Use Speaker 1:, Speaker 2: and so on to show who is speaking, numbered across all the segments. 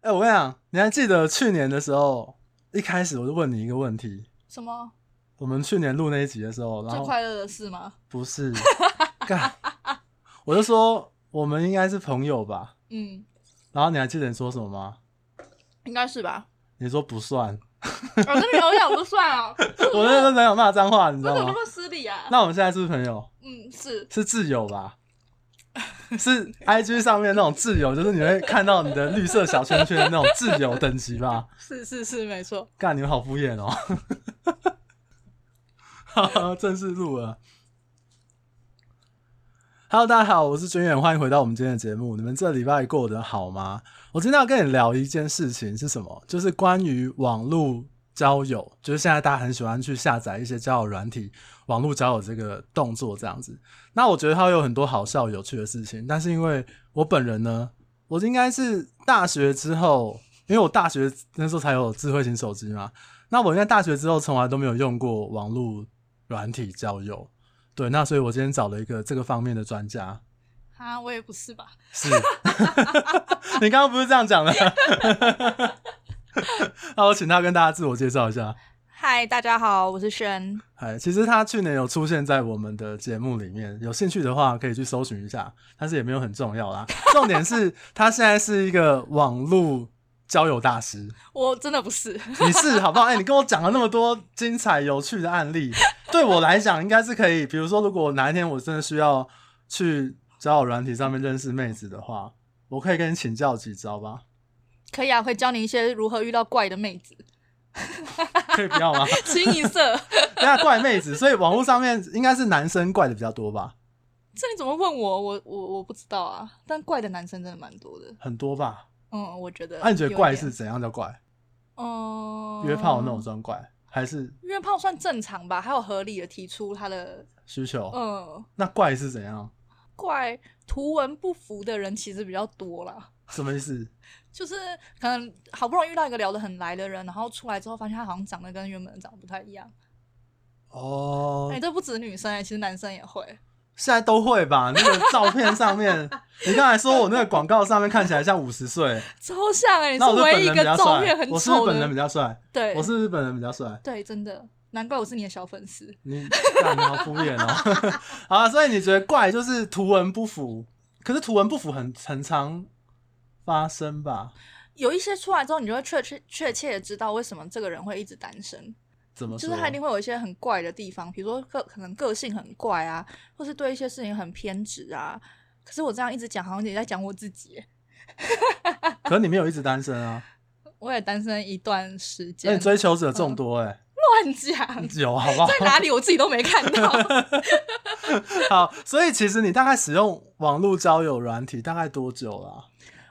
Speaker 1: 哎、我跟你讲，你还记得去年的时候，一开始我就问你一个问题，
Speaker 2: 什么
Speaker 1: 我们去年录那一集的时候，然
Speaker 2: 最
Speaker 1: 后
Speaker 2: 快乐的事吗？
Speaker 1: 不是，干，我就说我们应该是朋友吧。
Speaker 2: 嗯，
Speaker 1: 然后你还记得你说什么吗？
Speaker 2: 应该 是吧。哦
Speaker 1: 你说不算，
Speaker 2: 我真的有讲不算啊，
Speaker 1: 我那时候没有骂脏话，你
Speaker 2: 这
Speaker 1: 知
Speaker 2: 怎
Speaker 1: 道
Speaker 2: 么那
Speaker 1: 吗？
Speaker 2: 么失礼啊？
Speaker 1: 那我们现在是不是朋友？
Speaker 2: 嗯，是
Speaker 1: 是挚友吧？是 IG 上面那种挚友，就是你会看到你的绿色小圈圈的那种挚友等级吧？
Speaker 2: 是是是，没错。
Speaker 1: 干，你们好敷衍哦！ 好，正式录了。Hello，大家好，我是君远，欢迎回到我们今天的节目。你们这礼拜过得好吗？我今天要跟你聊一件事情是什么？就是关于网络交友，就是现在大家很喜欢去下载一些交友软体，网络交友这个动作这样子。那我觉得它会有很多好笑有趣的事情，但是因为我本人呢，我应该是大学之后，因为我大学那时候才有智慧型手机嘛，那我应该大学之后从来都没有用过网络软体交友。对，那所以我今天找了一个这个方面的专家，
Speaker 2: 啊，我也不是吧？
Speaker 1: 是， 你刚刚不是这样讲的？ 那我请他跟大家自我介绍一下。
Speaker 2: 嗨，大家好，我是轩。
Speaker 1: 哎，其实他去年有出现在我们的节目里面，有兴趣的话可以去搜寻一下，但是也没有很重要啦。重点是他现在是一个网络交友大师，
Speaker 2: 我真的不是，
Speaker 1: 你是好不好？哎、你跟我讲了那么多精彩有趣的案例，对我来讲应该是可以。比如说，如果哪一天我真的需要去交友软体上面认识妹子的话，我可以跟你请教几招吧？
Speaker 2: 可以啊，会教你一些如何遇到怪的妹子，
Speaker 1: 可以不要吗？
Speaker 2: 清一色。
Speaker 1: 等下怪妹子，所以网络上面应该是男生怪的比较多吧？
Speaker 2: 这你怎么问我？我我我不知道啊。但怪的男生真的蛮多的。
Speaker 1: 很多吧？
Speaker 2: 嗯，我觉得。
Speaker 1: 那、啊你觉得怪是
Speaker 2: 有点？
Speaker 1: 怎样叫怪？
Speaker 2: 嗯，
Speaker 1: 约炮那种算怪，还是
Speaker 2: 约炮算正常吧，还有合理的提出他的
Speaker 1: 需求？
Speaker 2: 嗯
Speaker 1: 那怪是怎样？
Speaker 2: 怪图文不符的人其实比较多啦。
Speaker 1: 什么意思？
Speaker 2: 就是可能好不容易遇到一个聊得很来的人，然后出来之后发现他好像长得跟原本的长得不太一样。
Speaker 1: 哦
Speaker 2: 哎、，这不止女生哎、其实男生也会。
Speaker 1: 现在都会吧？那个照片上 面，你刚才说我那个广告上面看起来像五十岁，
Speaker 2: 超像哎、你
Speaker 1: 那
Speaker 2: 是
Speaker 1: 我是
Speaker 2: 唯
Speaker 1: 本
Speaker 2: 一一
Speaker 1: 人
Speaker 2: 个
Speaker 1: 比较
Speaker 2: 照片
Speaker 1: 帅
Speaker 2: 很，
Speaker 1: 我是不是
Speaker 2: 丑
Speaker 1: 本
Speaker 2: 的。
Speaker 1: 人比较帅，
Speaker 2: 对，
Speaker 1: 我是不是本人比较帅？
Speaker 2: 对，真的，难怪我是你的小粉丝。
Speaker 1: 你干你好敷衍哦！ 好啊，所以你觉得怪就是图文不符，可是图文不符很很常发生吧？
Speaker 2: 有一些出来之后，你就会确确确切的知道为什么这个人会一直单身，
Speaker 1: 怎么
Speaker 2: 就
Speaker 1: 说？
Speaker 2: 是他一定会有一些很怪的地方，比如说个可能个性很怪啊，或是对一些事情很偏执啊。可是我这样一直讲，好像也在讲我自己耶。
Speaker 1: 可是你没有一直单身啊，
Speaker 2: 我也单身一段时
Speaker 1: 那
Speaker 2: 间
Speaker 1: 你，追求者众多哎、
Speaker 2: 乱讲。
Speaker 1: 有好不好？
Speaker 2: 在哪里我自己都没看到。
Speaker 1: 好，所以其实你大概使用网络交友软体大概多久啊啦、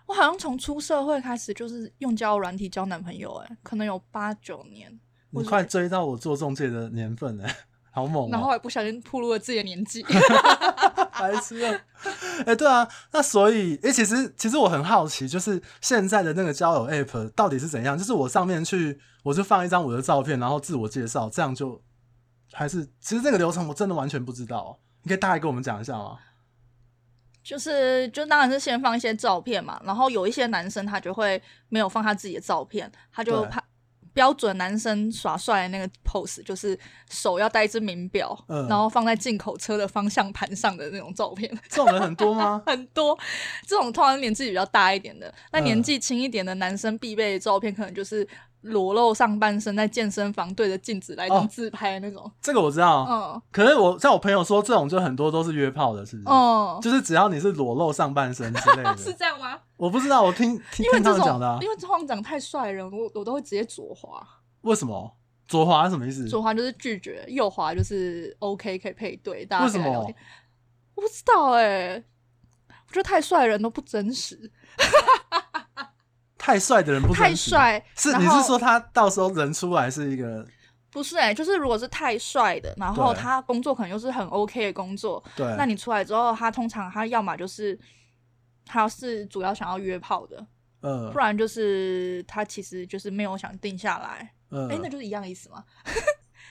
Speaker 2: 我好像从出社会开始就是用交友软体交男朋友、哎，可能有八九年，
Speaker 1: 你快追到我做中介的年份了、 好猛、
Speaker 2: 然
Speaker 1: 哦！
Speaker 2: 后还不小心暴露了自己的年纪。
Speaker 1: 白痴
Speaker 2: 哦
Speaker 1: 啊！哎、对啊，那所以，哎、其实其实我很好奇，就是现在的那个交友 app 到底是怎样？就是我上面去，我就放一张我的照片，然后自我介绍，这样就还是其实这个流程我真的完全不知道、哦你可以大概跟我们讲一下吗？
Speaker 2: 就是就当然是先放一些照片嘛，然后有一些男生他就会没有放他自己的照片，他就
Speaker 1: 对
Speaker 2: 怕标准男生耍帅的那个 pose，就是手要戴一只名表，
Speaker 1: 嗯
Speaker 2: 然后放在进口车的方向盘上的那种照片。？
Speaker 1: 这种人很多吗
Speaker 2: 很多这种通常年纪比较大一点的，那
Speaker 1: 嗯
Speaker 2: 年纪轻一点的男生必备的照片，可能就是裸露上半身在健身房对着镜子来一
Speaker 1: 哦
Speaker 2: 张自拍的那种。
Speaker 1: 这个我知道，
Speaker 2: 嗯
Speaker 1: 可是我像我朋友说，这种就很多都是约炮的，是不是？
Speaker 2: 嗯，
Speaker 1: 就是只要你是裸露上半身之类
Speaker 2: 是
Speaker 1: 的，
Speaker 2: 这样吗？
Speaker 1: 我不知道，我听听
Speaker 2: 因为
Speaker 1: 听他们
Speaker 2: 这
Speaker 1: 讲
Speaker 2: 种，
Speaker 1: 的、啊，
Speaker 2: 因为通常长太帅的人，我我都会直接左滑，
Speaker 1: 为什么左滑是什么意思？
Speaker 2: 左滑就是拒绝，右滑就是 OK 可以配对，大家可以来
Speaker 1: 为什么
Speaker 2: 聊天。我不知道哎、我觉得太帅的人都不真实，
Speaker 1: 太帅的人不
Speaker 2: 太
Speaker 1: 真实
Speaker 2: 帅
Speaker 1: 是
Speaker 2: 然
Speaker 1: 你
Speaker 2: 后
Speaker 1: 是说他到时候人出来是一个
Speaker 2: 不是哎、就是如果是太帅的，然后
Speaker 1: 对
Speaker 2: 他工作可能又是很 OK 的工作，
Speaker 1: 对？
Speaker 2: 那你出来之后，他通常他要么就是他是主要想要约炮的，
Speaker 1: 呃
Speaker 2: 不然就是他其实就是没有想定下来，
Speaker 1: 呃，
Speaker 2: 哎、那就是一样意思嘛。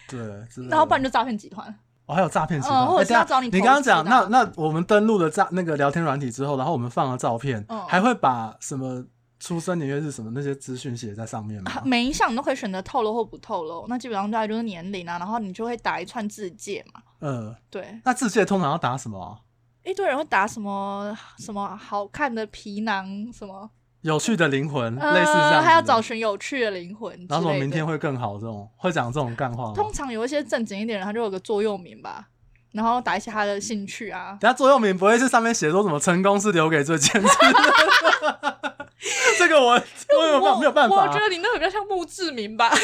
Speaker 1: 对，之类
Speaker 2: 然后
Speaker 1: 的
Speaker 2: 不然就诈骗集团，
Speaker 1: 哦还有诈骗集
Speaker 2: 嗯
Speaker 1: 团，
Speaker 2: 或者
Speaker 1: 哎
Speaker 2: 是
Speaker 1: 等
Speaker 2: 要
Speaker 1: 下
Speaker 2: 找你
Speaker 1: 你
Speaker 2: 投
Speaker 1: 刚刚
Speaker 2: 资
Speaker 1: 讲
Speaker 2: 的
Speaker 1: 那
Speaker 2: 啊
Speaker 1: 那我们登录了诈那个聊天软体之后，然后我们放了照片
Speaker 2: 嗯，
Speaker 1: 还会把什么出生年月日什么那些资讯写在上面吗？
Speaker 2: 啊 每一项你都可以选择透露或不透露。那基本上大概就是年龄啊，然后你就会打一串字界嘛。
Speaker 1: 呃，
Speaker 2: 对，
Speaker 1: 那字界通常要打什么啊？
Speaker 2: 一堆人会打什么什么好看的皮囊什么，
Speaker 1: 有趣的灵魂，
Speaker 2: 呃，
Speaker 1: 类似这样，
Speaker 2: 还要找。寻有趣的灵魂之类的。
Speaker 1: 然后什么明天会更好这种，会讲这种干话吗？
Speaker 2: 通常有一些正经一点的人，他就有个座右铭吧，然后打一些他的兴趣啊。
Speaker 1: 等下座右铭不会是上面写说什么成功是留给最坚持的？ 这个我我哦有办没有办
Speaker 2: 我
Speaker 1: 法、
Speaker 2: 觉得你那个比较像墓志铭吧。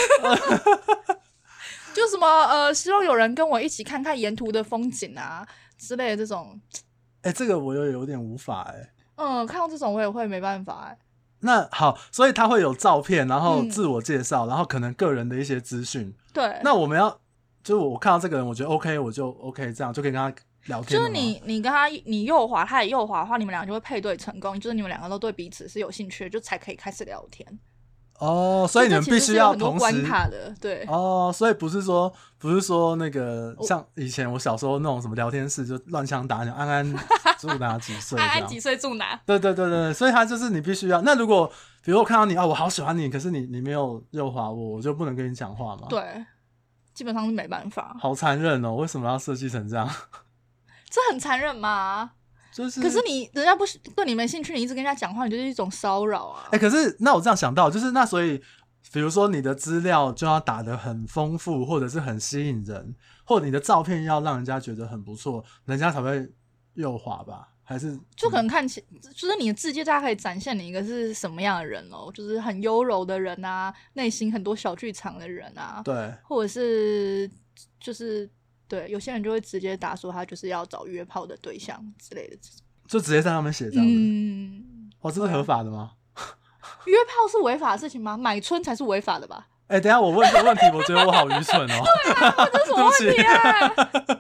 Speaker 2: 就什么呃，希望有人跟我一起看看沿途的风景啊之类的这种，
Speaker 1: 哎、这个我又有点无法哎、
Speaker 2: 嗯，看到这种我也会没办法、欸。
Speaker 1: 那好，所以他会有照片，然后
Speaker 2: 嗯
Speaker 1: 自我介绍，然后可能个人的一些资讯。
Speaker 2: 对，
Speaker 1: 那我们要，就是我看到这个人，我觉得 OK，我就 OK，这样就可以跟他聊天
Speaker 2: 就
Speaker 1: 了
Speaker 2: 是
Speaker 1: 吗。
Speaker 2: 你你跟他你右滑，他也右滑的话，你们俩就会配对成功，就是你们两个都对彼此是有兴趣的，就才可以开始聊天。
Speaker 1: 哦，所以你
Speaker 2: 这
Speaker 1: 们
Speaker 2: 其
Speaker 1: 必
Speaker 2: 实
Speaker 1: 须
Speaker 2: 是有
Speaker 1: 要
Speaker 2: 很多
Speaker 1: 同
Speaker 2: 关
Speaker 1: 时
Speaker 2: 卡的，对，
Speaker 1: 哦，所以不是说不是说那个
Speaker 2: 我
Speaker 1: 像以前我小时候那种什么聊天室就乱枪打鸟，安 安住哪几岁这
Speaker 2: 安
Speaker 1: 样
Speaker 2: 安。几岁住哪？
Speaker 1: 对对对对，所以他就是你必须要。那如果比如我看到你啊，我好喜欢你，可是你你没有右滑我，我就不能跟你讲话嘛。，
Speaker 2: 对，基本上是没办法，
Speaker 1: 好残忍哦！为什么要设计成这样？
Speaker 2: 这很残忍嘛。
Speaker 1: 就是
Speaker 2: 可是你人家不是对你没兴趣，你一直跟人家讲话，你就是一种骚扰啊。
Speaker 1: 哎、可是那我这样想到，就是那所以，比如说你的资料就要打得很丰富，或者是很吸引人，或者你的照片要让人家觉得很不错，人家才会右滑吧？还是
Speaker 2: 就可能看起，就是你的字界，大家可以展现你一个是什么样的人哦，就是很优柔的人啊，内心很多小剧场的人啊，
Speaker 1: 对
Speaker 2: 或者是就是对，有些人就会直接打说他就是要找约炮的对象之类的这种。
Speaker 1: 就直接在上面写这样子？
Speaker 2: 嗯，
Speaker 1: 哦，这是合法的吗？
Speaker 2: 约炮是违法的事情吗？买春才是违法的 吧？
Speaker 1: 哎、等一下我问这个问题，我觉得我好愚蠢哦。
Speaker 2: 啊这是什么问 题啊？你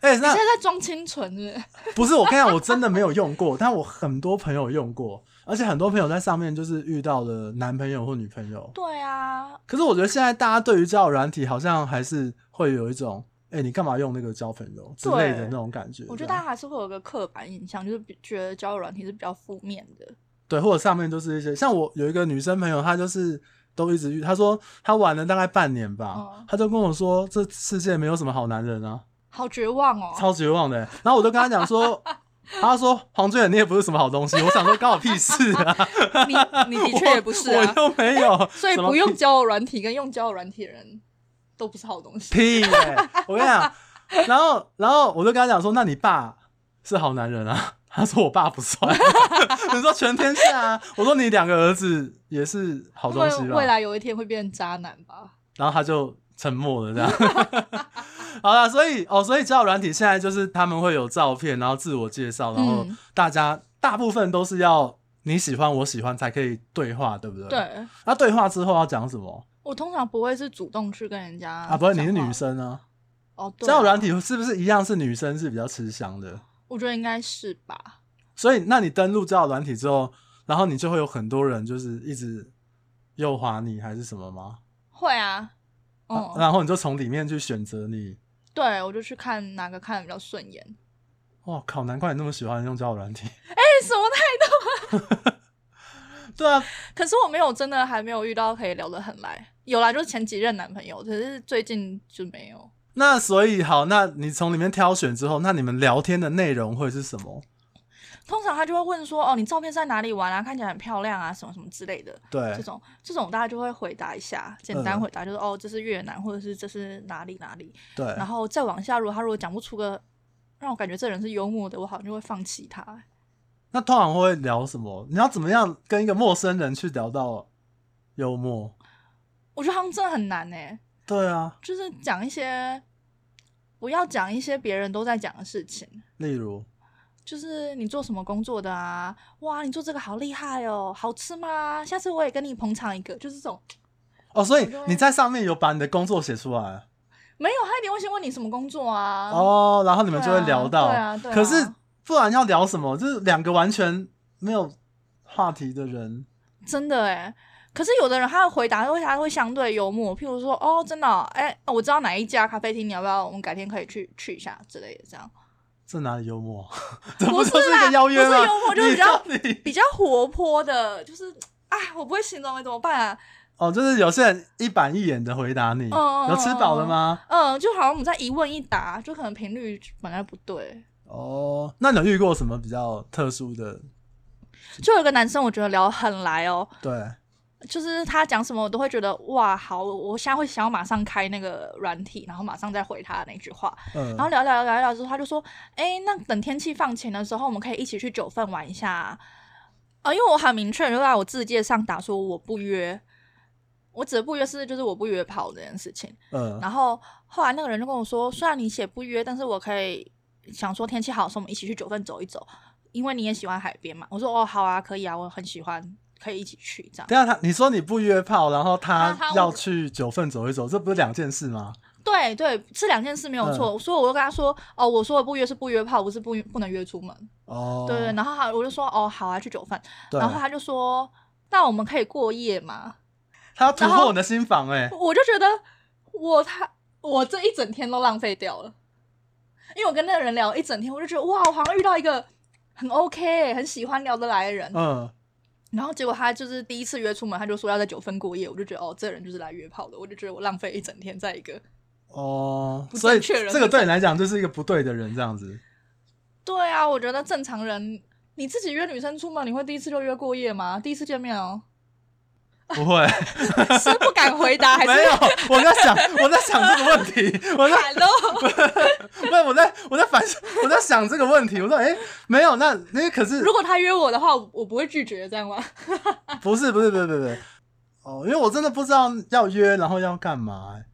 Speaker 1: 哎、那
Speaker 2: 现在在装清纯是不是？
Speaker 1: 不是我跟你讲，我真的没有用过，但我很多朋友用过，而且很多朋友在上面就是遇到了男朋友或女朋友，
Speaker 2: 对啊，
Speaker 1: 可是我觉得现在大家对于交友软体好像还是会有一种，哎、你干嘛用那个交朋友之类的
Speaker 2: 对
Speaker 1: 那种感觉。
Speaker 2: 我觉
Speaker 1: 这
Speaker 2: 得大
Speaker 1: 样
Speaker 2: 家还是会有个刻板印象，就是比觉得交友软体是比较负面的。
Speaker 1: 对，或者上面就是一些像我有一个女生朋友，她就是都一直遇，她说她玩了大概半年吧，
Speaker 2: 嗯
Speaker 1: 她就跟我说这世界没有什么好男人啊，
Speaker 2: 好绝望哦！
Speaker 1: 超绝望的、然后我就跟她讲说。她说：“黄俊远，你也不是什么好东西。”我想说，关我屁事啊！
Speaker 2: 你你的确也不是
Speaker 1: 我
Speaker 2: 啊，
Speaker 1: 又没有，
Speaker 2: 所以
Speaker 1: 什么
Speaker 2: 不用交友软体跟用交友软体的人都不是好东西。
Speaker 1: 屁耶、我跟你讲，然后然后我就跟他讲说，那你爸是好男人啊？他说我爸不算。 你说全天下啊？我说你两个儿子也是好
Speaker 2: 因
Speaker 1: 东
Speaker 2: 为
Speaker 1: 西吧
Speaker 2: 未？来有一天会变成渣男吧？
Speaker 1: 然后他就沉默了，这样。 好啦，所以哦，所以交友软体现在就是他们会有照片，然后自我介绍，然后
Speaker 2: 嗯
Speaker 1: 大家、大部分都是要你喜欢我喜欢才可以对话，对不对？。
Speaker 2: 对
Speaker 1: 那对话之后要讲什么
Speaker 2: 我通常不会是主动去跟人家
Speaker 1: 啊？不是，你是
Speaker 2: 讲话
Speaker 1: 女生啊？
Speaker 2: 哦，对啊
Speaker 1: 交友软，体是不是一样是女生是比较吃香的？
Speaker 2: 我觉得应该是吧。
Speaker 1: 所以，那你登录交友软体之后，然后你就会有很多人就是一直诱滑你还是什么吗？
Speaker 2: 会啊，嗯，
Speaker 1: 然后你就从里面去选择你。
Speaker 2: 对我就去看哪个看得比较顺眼。
Speaker 1: 哇靠！难怪你那么喜欢用交友软 体。
Speaker 2: 哎，什么态度？
Speaker 1: 对啊，
Speaker 2: 可是我没有真的还没有遇到可以聊得很来，有啦，就是前几任男朋友，可是最近就没有。
Speaker 1: 那所以好，那你从里面挑选之后，那你们聊天的内容会是什么？
Speaker 2: 通常他就会问说：“哦，你照片是在哪里玩啊？看起来很漂亮啊，什么什么之类的。”
Speaker 1: 对
Speaker 2: 这，种这种大家就会回答一下，简单回答就是、哦，这是越南，或者是这是哪里哪里。
Speaker 1: 对，
Speaker 2: 然后再往下，如果他如果讲不出个让我感觉这人是幽默的，我好像就会放弃他。
Speaker 1: 那通常会聊什么？你要怎么样跟一个陌生人去聊到幽默？
Speaker 2: 我觉得他们真的很难呢、欸
Speaker 1: 对啊，
Speaker 2: 就是讲一些不要讲一些别人都在讲的事情。
Speaker 1: 例如，
Speaker 2: 就是你做什么工作的啊？哇，你做这个好厉害哦，好吃吗？下次我也跟你捧场一个，就是这种
Speaker 1: 哦，所以
Speaker 2: 我就
Speaker 1: 你在上面有把你的工作写出来。
Speaker 2: 没有，他一定会先问你什么工作啊？，
Speaker 1: 哦，然后你们就会
Speaker 2: 对啊
Speaker 1: 聊到，
Speaker 2: 对啊对啊
Speaker 1: 可是不然要聊什么？就是两个完全没有话题的人，
Speaker 2: 真的哎。可是有的人他的回答会他会相对幽默，譬如说哦，真的哦哎、我知道哪一家咖啡厅，你要不要我们改天可以去去一下之类的，这样
Speaker 1: 这哪里幽默？这
Speaker 2: 不
Speaker 1: 就是一个
Speaker 2: 啦
Speaker 1: 邀约
Speaker 2: 不是
Speaker 1: 吗？
Speaker 2: 幽默就是
Speaker 1: 你
Speaker 2: 比较
Speaker 1: 到底
Speaker 2: 比较活泼的，就是啊啊，我不会形容，怎么办啊？
Speaker 1: 哦，就是有些人一板一眼的回答你，
Speaker 2: 嗯
Speaker 1: 有吃饱了吗？
Speaker 2: 嗯，就好像我们在一问一答，就可能频率本来不对。
Speaker 1: 哦，那你有遇过什么比较特殊的？
Speaker 2: 就有一个男生，我觉得聊得很来哦，
Speaker 1: 对，
Speaker 2: 就是他讲什么，我都会觉得哇，好，我现在会想要马上开那个软体，然后马上再回他的那句话。
Speaker 1: 嗯，
Speaker 2: 然后聊聊聊聊之后，他就说：“哎、那等天气放晴的时候，我们可以一起去九份玩一下啊。因为我很明确就在我字界上打说我不约，我指的不约是就是我不约炮这件事情。
Speaker 1: 嗯，
Speaker 2: 然后后来那个人就跟我说：“虽然你写不约，但是我可以想说天气好的时候，我们一起去九份走一走，因为你也喜欢海边嘛。”我说：“哦，好啊，可以啊，我很喜欢，可以一起去这样。”
Speaker 1: 等一下他，你说你不约炮，然后他
Speaker 2: 他他
Speaker 1: 要去九份走一走，这不是两件事吗？
Speaker 2: 对对，这两件事没有
Speaker 1: 嗯
Speaker 2: 错，所以我就跟他说，哦，我说的不约是不约炮，不是不不能约出门。
Speaker 1: 哦，
Speaker 2: 对对，然后他我就说哦好啊，去九份。
Speaker 1: 对
Speaker 2: 然后他就说那我们可以过夜吗？
Speaker 1: 他要突
Speaker 2: 然
Speaker 1: 破
Speaker 2: 后
Speaker 1: 我的心房哎、
Speaker 2: 我就觉得我他我这一整天都浪费掉了，因为我跟那个人聊一整天，我就觉得哇，我好像遇到一个很 OK、很喜欢聊得来的人。
Speaker 1: 嗯，
Speaker 2: 然后结果他就是第一次约出门，他就说要在九份过夜，我就觉得哦，这人就是来约炮的，我就觉得我浪费一整天在一个
Speaker 1: 哦，
Speaker 2: 不
Speaker 1: 所以
Speaker 2: 正确人
Speaker 1: 这个对你来讲就是一个不对的人这样 子。
Speaker 2: 对啊，我觉得正常人你自己约女生出门，你会第一次就约过夜吗？第一次见面哦，
Speaker 1: 不会，
Speaker 2: 是不敢回答还是
Speaker 1: 没有，我在想，我在想这个问题，我 在
Speaker 2: 敢喽？
Speaker 1: 不是我在我在反我在想这个问题，我说哎、没有，那那可是
Speaker 2: 如果他约我的话，我我不会拒绝，这样吗？
Speaker 1: 不是不是不是不是不是哦，因为我真的不知道要约，然后要干嘛、欸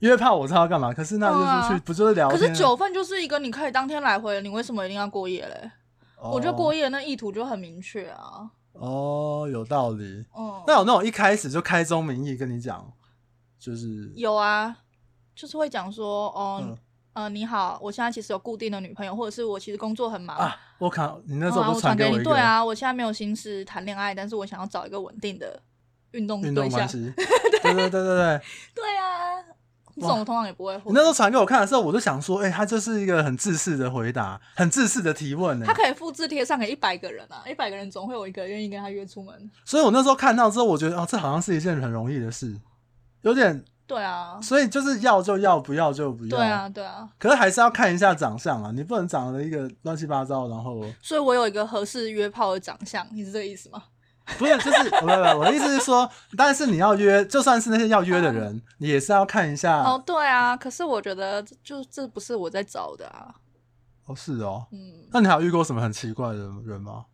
Speaker 1: 约炮我知道要干嘛，可是那约出去
Speaker 2: 嗯啊
Speaker 1: 不就是聊
Speaker 2: 可
Speaker 1: 天？
Speaker 2: 是九份就是一个你可以当天来回，你为什么一定要过夜嘞？
Speaker 1: 哦，
Speaker 2: 我觉得过夜那意图就很明确啊。
Speaker 1: 哦，有道理。
Speaker 2: 嗯，
Speaker 1: 那有那种一开始就开宗明义跟你讲，就是
Speaker 2: 有啊，就是会讲说，哦，
Speaker 1: 嗯
Speaker 2: 呃，你好，我现在其实有固定的女朋友，或者是我其实工作很忙。
Speaker 1: 啊，我靠，你那
Speaker 2: 嗯
Speaker 1: 时候
Speaker 2: 啊
Speaker 1: 不
Speaker 2: 我
Speaker 1: 是传
Speaker 2: 传
Speaker 1: 给
Speaker 2: 给
Speaker 1: 我一
Speaker 2: 你，
Speaker 1: 个
Speaker 2: 对啊，我现在没有心思谈恋爱，但是我想要找一个稳定的运动
Speaker 1: 运动
Speaker 2: 对象
Speaker 1: 关。 系？对对对对对，
Speaker 2: 对啊，这种我通常也不会回
Speaker 1: 你那时候传给我看的时候，我就想说，哎、他就是一个很自私的回答，很自私的提问呢、
Speaker 2: 他可以复制贴上给一百个人啊，一百个人总会有一个愿意跟他约出门。
Speaker 1: 所以我那时候看到之后，我觉得哦，这好像是一件很容易的事，有点，
Speaker 2: 对啊，
Speaker 1: 所以就是要就要，不要就不要。
Speaker 2: 对啊，对啊。
Speaker 1: 可是还是要看一下长相啊，你不能长得一个乱七八糟，然后
Speaker 2: 所以我有一个合适约炮的长相，你是这个意思吗？
Speaker 1: 不是，就是不不不，我的意思是说，但是你要约，就算是那些要约的人，你也是要看一下。
Speaker 2: 嗯哦，对啊，可是我觉得这就这不是我在找的啊。
Speaker 1: 哦，是哦。
Speaker 2: 嗯，
Speaker 1: 那你还有遇过什么很奇怪的人吗？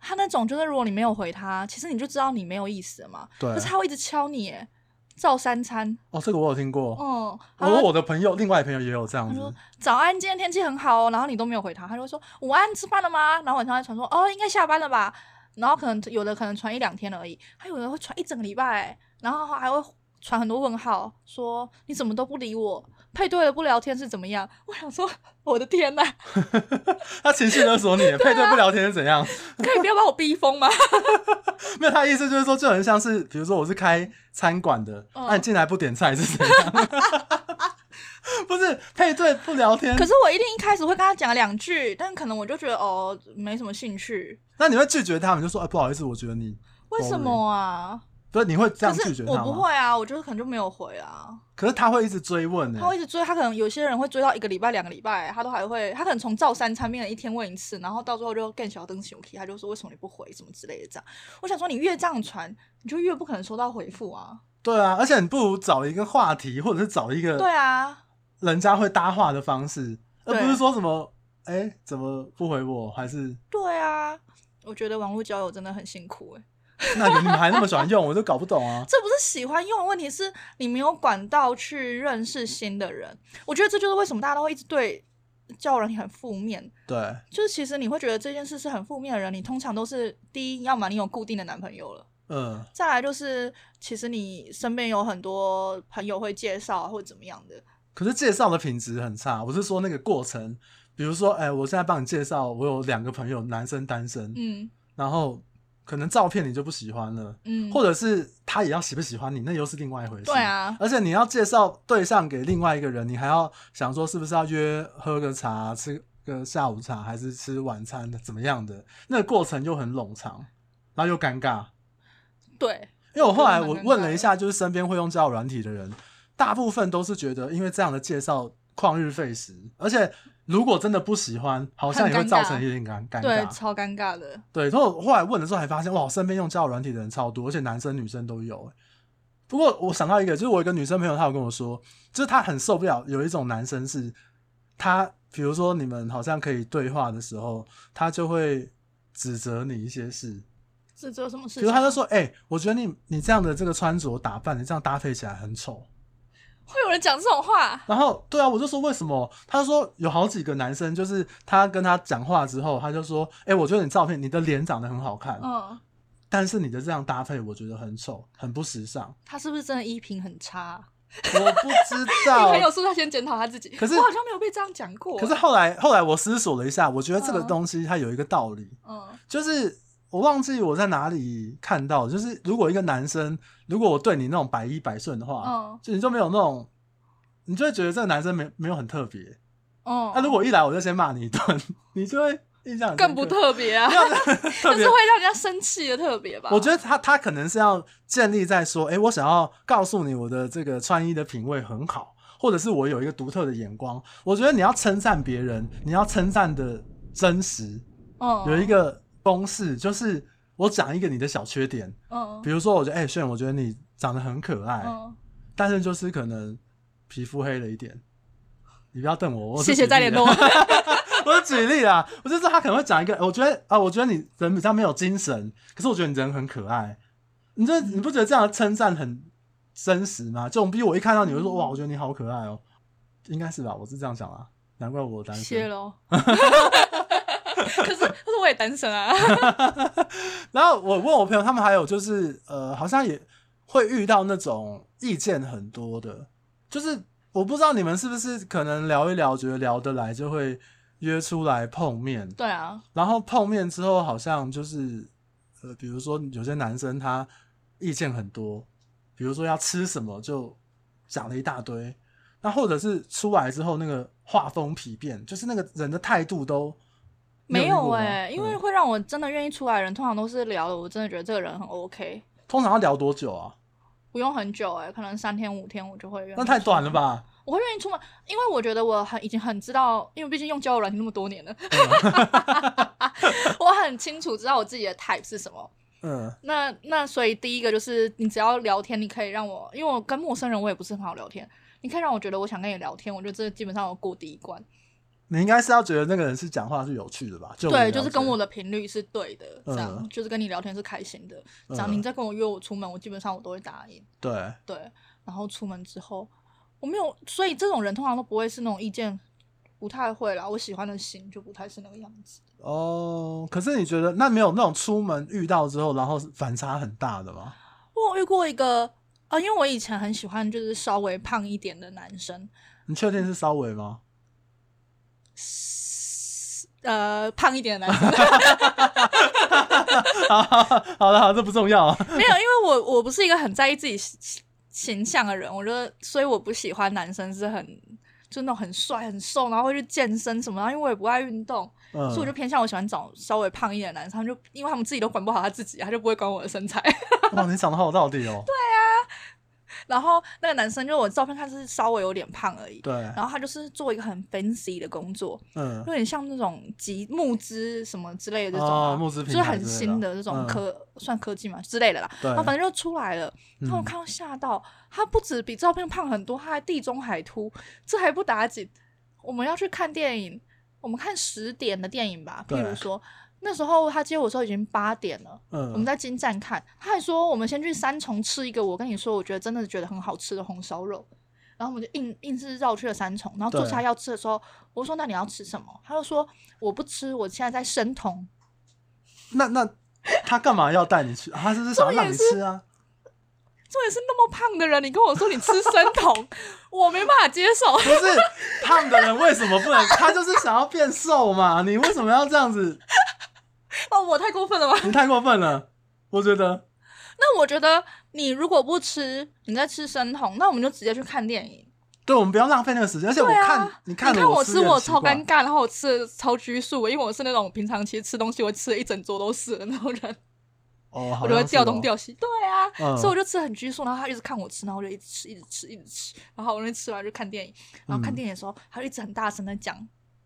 Speaker 2: 他那种就是如果你没有回他，其实你就知道你没有意思了嘛。
Speaker 1: 对啊
Speaker 2: 可是他会一直敲你，哎，照三餐。
Speaker 1: 哦，这个我有听过。
Speaker 2: 嗯，他
Speaker 1: 我
Speaker 2: 说
Speaker 1: 我的朋友，另外朋友也有这样
Speaker 2: 他
Speaker 1: 子
Speaker 2: 说。早安，今天天气很好哦，然后你都没有回他，他就会说午安，吃饭了吗？然后晚上再传说哦，应该下班了吧。然后可能有的可能传一两天而已，还有人会传一整个礼拜，然后还会传很多问号，说你怎么都不理我，配对了不聊天是怎么样？我想说，我的天呐，
Speaker 1: 他情绪勒索你，
Speaker 2: 啊
Speaker 1: 配对不聊天是怎样？
Speaker 2: 可以不要把我逼疯吗？
Speaker 1: 没有，他的意思就是说，就很像是，比如说我是开餐馆的，那、
Speaker 2: 嗯
Speaker 1: 你进来不点菜是怎样？ 不是配对不聊天，
Speaker 2: 可是我一定一开始会跟他讲两句，但可能我就觉得哦，没什么兴趣，
Speaker 1: 那你会拒绝他们，就说哎、不好意思，我觉得你
Speaker 2: 为什么啊？
Speaker 1: 不是你会哦这
Speaker 2: 可
Speaker 1: 样拒
Speaker 2: 是
Speaker 1: 绝
Speaker 2: 我
Speaker 1: 他
Speaker 2: 不
Speaker 1: 吗？
Speaker 2: 会啊，我就是可能就没有回啊。
Speaker 1: 可是他会一直追问欸呢、
Speaker 2: 他会一直追，他可能有些人会追到一个礼拜、两个礼拜，他都还会，他可能从照三餐变成一天问一次，然后到最后就更小灯熊皮，他就说为什么你不回什么之类的这样。我想说，你越这样传，你就越不可能收到回复啊。
Speaker 1: 对啊，而且你不如找一个话题，或者是找一
Speaker 2: 对
Speaker 1: 个
Speaker 2: 啊，
Speaker 1: 人家会搭话的方式，而
Speaker 2: 对
Speaker 1: 不是说什么哎、怎么不回我，还是
Speaker 2: 对啊，我觉得网络交友真的很辛苦诶、
Speaker 1: 那你们还那么喜欢用，我就搞不懂啊。
Speaker 2: 这不是喜欢用的问题，是你没有管道去认识新的人。我觉得这就是为什么大家都会一直对交友软体很负面，
Speaker 1: 对，
Speaker 2: 就是其实你会觉得这件事是很负面的人，你通常都是第一，要么你有固定的男朋友了。
Speaker 1: 嗯，
Speaker 2: 再来就是，其实你身边有很多朋友会介绍啊或者怎么样的，
Speaker 1: 可是介绍的品质很差，我是说那个过程，比如说，哎、我现在帮你介绍，我有两个朋友，男生单身，
Speaker 2: 嗯
Speaker 1: 然后可能照片你就不喜欢了，
Speaker 2: 嗯，
Speaker 1: 或者是他也要喜不喜欢你，那又是另外一回事。
Speaker 2: 对，啊，
Speaker 1: 而且你要介绍对象给另外一个人，你还要想说是不是要约喝个茶、吃个下午茶，还是吃晚餐的，怎么样的？那个过程又很冗长，然后又尴尬。
Speaker 2: 对，
Speaker 1: 因为我后来
Speaker 2: 我觉得
Speaker 1: 我
Speaker 2: 蛮尴尬的
Speaker 1: 问了一下，就是身边会用交友软体的人，大部分都是觉得因为这样的介绍旷日费时，而且如果真的不喜欢，好像也会
Speaker 2: 很尴尬
Speaker 1: 造成一点尴尴
Speaker 2: 对，
Speaker 1: 尬。
Speaker 2: 超尴尬的。
Speaker 1: 对，然后我后来问的时候还发现，哇，我身边用交友软体的人超多，而且男生女生都有、欸不过我想到一个，就是我有一个女生朋友，她有跟我说，就是她很受不了有一种男生是，他比如说你们好像可以对话的时候，他就会指责你一些事，
Speaker 2: 是做什么事
Speaker 1: 比
Speaker 2: 情？
Speaker 1: 如他就说：“哎、我觉得你你这样的这个穿着打扮，你这样搭配起来很丑。
Speaker 2: 会有人讲这种”话，
Speaker 1: 然后对啊，我就说为什么？他说有好几个男生，就是他跟他讲话之后，他就说：“哎、我觉得你照片，你的脸长得很好看，
Speaker 2: 嗯，
Speaker 1: 但是你的这样搭配，我觉得很丑，很不时 尚。
Speaker 2: 他是不是真的衣品很差？”啊
Speaker 1: 我不知
Speaker 2: 你
Speaker 1: 道
Speaker 2: 朋。友是不是要先检讨他自己？
Speaker 1: 可是
Speaker 2: 我好像没有被这样讲过。欸
Speaker 1: 可是，后来后来我思索了一下，我觉得这个
Speaker 2: 嗯
Speaker 1: 东西它有一个道理，
Speaker 2: 嗯
Speaker 1: 就是我忘记我在哪里看到，就是如果一个男生如果我对你那种百依百顺的话，
Speaker 2: 嗯
Speaker 1: 就你就没有那种，你就会觉得这个男生没没有很特别。
Speaker 2: 嗯，
Speaker 1: 那、如果一来我就先骂你一顿， 你就会印象很深刻
Speaker 2: 更不，特别 啊，
Speaker 1: 特
Speaker 2: 但
Speaker 1: 别
Speaker 2: 是。会让人家生气的特别吧？
Speaker 1: 我觉得他他可能是要建立在说，哎、我想要告诉你我的这个穿衣的品味很好，或者是我有一个独特的眼光。我觉得你要称赞别人，你要称赞的真实。
Speaker 2: 嗯
Speaker 1: 有一个公式就是，我讲一个你的小缺点，
Speaker 2: 嗯
Speaker 1: 比如说，我觉得哎、欸炫，我觉得你长得很可爱，
Speaker 2: 嗯，
Speaker 1: 但是就是可能皮肤黑了一点。你不要瞪我，我是
Speaker 2: 谢谢
Speaker 1: 举
Speaker 2: 再
Speaker 1: 例
Speaker 2: 联
Speaker 1: 啊
Speaker 2: 络。
Speaker 1: 我是举例啊，我就说他可能会讲一个，我觉得啊，我觉得你人比较没有精神，可是我觉得你人很可爱。你这你不觉得这样的称赞很真实吗？这种逼我一看到你我就说
Speaker 2: 嗯
Speaker 1: 哇，我觉得你好可爱哦，应该是吧？我是这样想啊，难怪我单
Speaker 2: 谢
Speaker 1: 身。
Speaker 2: 喽。 可是可是我也单身啊，
Speaker 1: 然后我问我朋友，他们还有就是呃，好像也会遇到那种意见很多的，就是我不知道你们是不是可能聊一聊，觉得聊得来就会约出来碰面，
Speaker 2: 对啊，
Speaker 1: 然后碰面之后，好像就是呃，比如说有些男生他意见很多，比如说要吃什么就讲了一大堆，那或者是出来之后那个画风疲变，就是那个人的态度都
Speaker 2: 没
Speaker 1: 遇
Speaker 2: 有
Speaker 1: 过吗
Speaker 2: 哎、因为
Speaker 1: 嗯
Speaker 2: 会让我真的愿意出来的人，通常都是聊的，我真的觉得这个人很 OK，
Speaker 1: 通常要聊多久啊？
Speaker 2: 不用很久哎、可能三天五天我就会愿意。
Speaker 1: 那太短了？吧？
Speaker 2: 我会愿意出门，因为我觉得我很已经很知道，因为毕竟用交友软件那么多年了， 我很清楚知道我自己的 type 是什么。
Speaker 1: 嗯，
Speaker 2: 那那所以第一个就是你只要聊天，你可以让我，因为我跟陌生人我也不是很好聊天，你可以让我觉得我想跟你聊天，我觉得这基本上我过第一关。
Speaker 1: 你应该是要觉得那个人是讲话是有趣的吧？就
Speaker 2: 对，就是跟我
Speaker 1: 的
Speaker 2: 的频率是对的，这样、
Speaker 1: 嗯
Speaker 2: 就是跟你聊天是开心的。这样、
Speaker 1: 嗯
Speaker 2: 你再跟我约我出门，我基本上我都会答应。
Speaker 1: 对，
Speaker 2: 对，然后出门之后，我没有，所以这种人通常都不会是那种意见不太会啦。我喜欢的型就不太是那个样子。
Speaker 1: 哦，可是你觉得那没有那种出门遇到之后，然后反差很大的吗？
Speaker 2: 我有遇过一个啊、因为我以前很喜欢就是稍微胖一点的男生，
Speaker 1: 你确定是稍微 吗？
Speaker 2: 呃，胖一点的男生。
Speaker 1: 好好了，好，这不重要啊。
Speaker 2: 没有，因为我我不是一个很在意自己形形象的人，我觉得，所以我不喜欢男生是很就那种很帅、很瘦，然后会去健身什么，然后因为我也不爱运动，
Speaker 1: 嗯，
Speaker 2: 所以我就偏向我喜欢找稍微胖一点的男生，他们就因为他们自己都管不好他自己，啊他就不会管我的身材。
Speaker 1: 哇，你长得好有道理哦。
Speaker 2: 然后那个男生就我照片看是稍微有点胖而已。
Speaker 1: 对，
Speaker 2: 然后他就是做一个很 fancy 的工作，
Speaker 1: 嗯
Speaker 2: 有点像那种集募资什么之类的这种、
Speaker 1: 哦
Speaker 2: 啊，
Speaker 1: 募资
Speaker 2: 就
Speaker 1: 平
Speaker 2: 是
Speaker 1: 台
Speaker 2: 很
Speaker 1: 之类
Speaker 2: 新
Speaker 1: 的
Speaker 2: 的这种
Speaker 1: 嗯
Speaker 2: 科、算科技嘛之类的啦。
Speaker 1: 对
Speaker 2: 然后反正就出来了，
Speaker 1: 嗯
Speaker 2: 他们看到吓到，他不止比照片胖很多，他还地中海秃，这还不打紧。我们要去看电影，我们看十点的电影吧，譬
Speaker 1: 对
Speaker 2: 如说。那时候他接我的时候已经八点了，
Speaker 1: 嗯，
Speaker 2: 我们在金站看，他还说我们先去三重吃一个，我跟你说，我觉得真的觉得很好吃的红烧肉，然后我们就硬硬是绕去了三重，然后坐
Speaker 1: 对
Speaker 2: 下要吃的时候，我说那你要吃什么？他就说我不吃，我现在在生酮，
Speaker 1: 那那他干嘛要带你去？啊他是不是想要让你吃啊？
Speaker 2: 重点是那么胖的人，你跟我说你吃生酮，我没办法接受。
Speaker 1: 不是胖的人为什么不能？他就是想要变瘦嘛。你为什么要这样子？
Speaker 2: 哦，我太过分了吧？
Speaker 1: 你太过分了，我觉得。
Speaker 2: 那我觉得你如果不吃，你在吃生酮，那我们就直接去看电影。
Speaker 1: 对，我们不要浪费那个时间。而且我
Speaker 2: 对
Speaker 1: 看，
Speaker 2: 啊，
Speaker 1: 你
Speaker 2: 看
Speaker 1: 看了
Speaker 2: 我
Speaker 1: 吃，
Speaker 2: 我超尴。尬，然后我吃的超拘束，因为我是那种平常其实吃东西我吃了一整桌都是的那种人。
Speaker 1: 哦，好
Speaker 2: 我就
Speaker 1: 像
Speaker 2: 会
Speaker 1: 是
Speaker 2: 调东
Speaker 1: 哦，
Speaker 2: 调西。对啊，
Speaker 1: 嗯
Speaker 2: 所以我就吃得很拘束，然后他一直看我吃，然后我就一直吃，一直吃，一直吃。然后我那天吃完就看电影，然后看
Speaker 1: 嗯
Speaker 2: 电影的时候，他就一直很大声的讲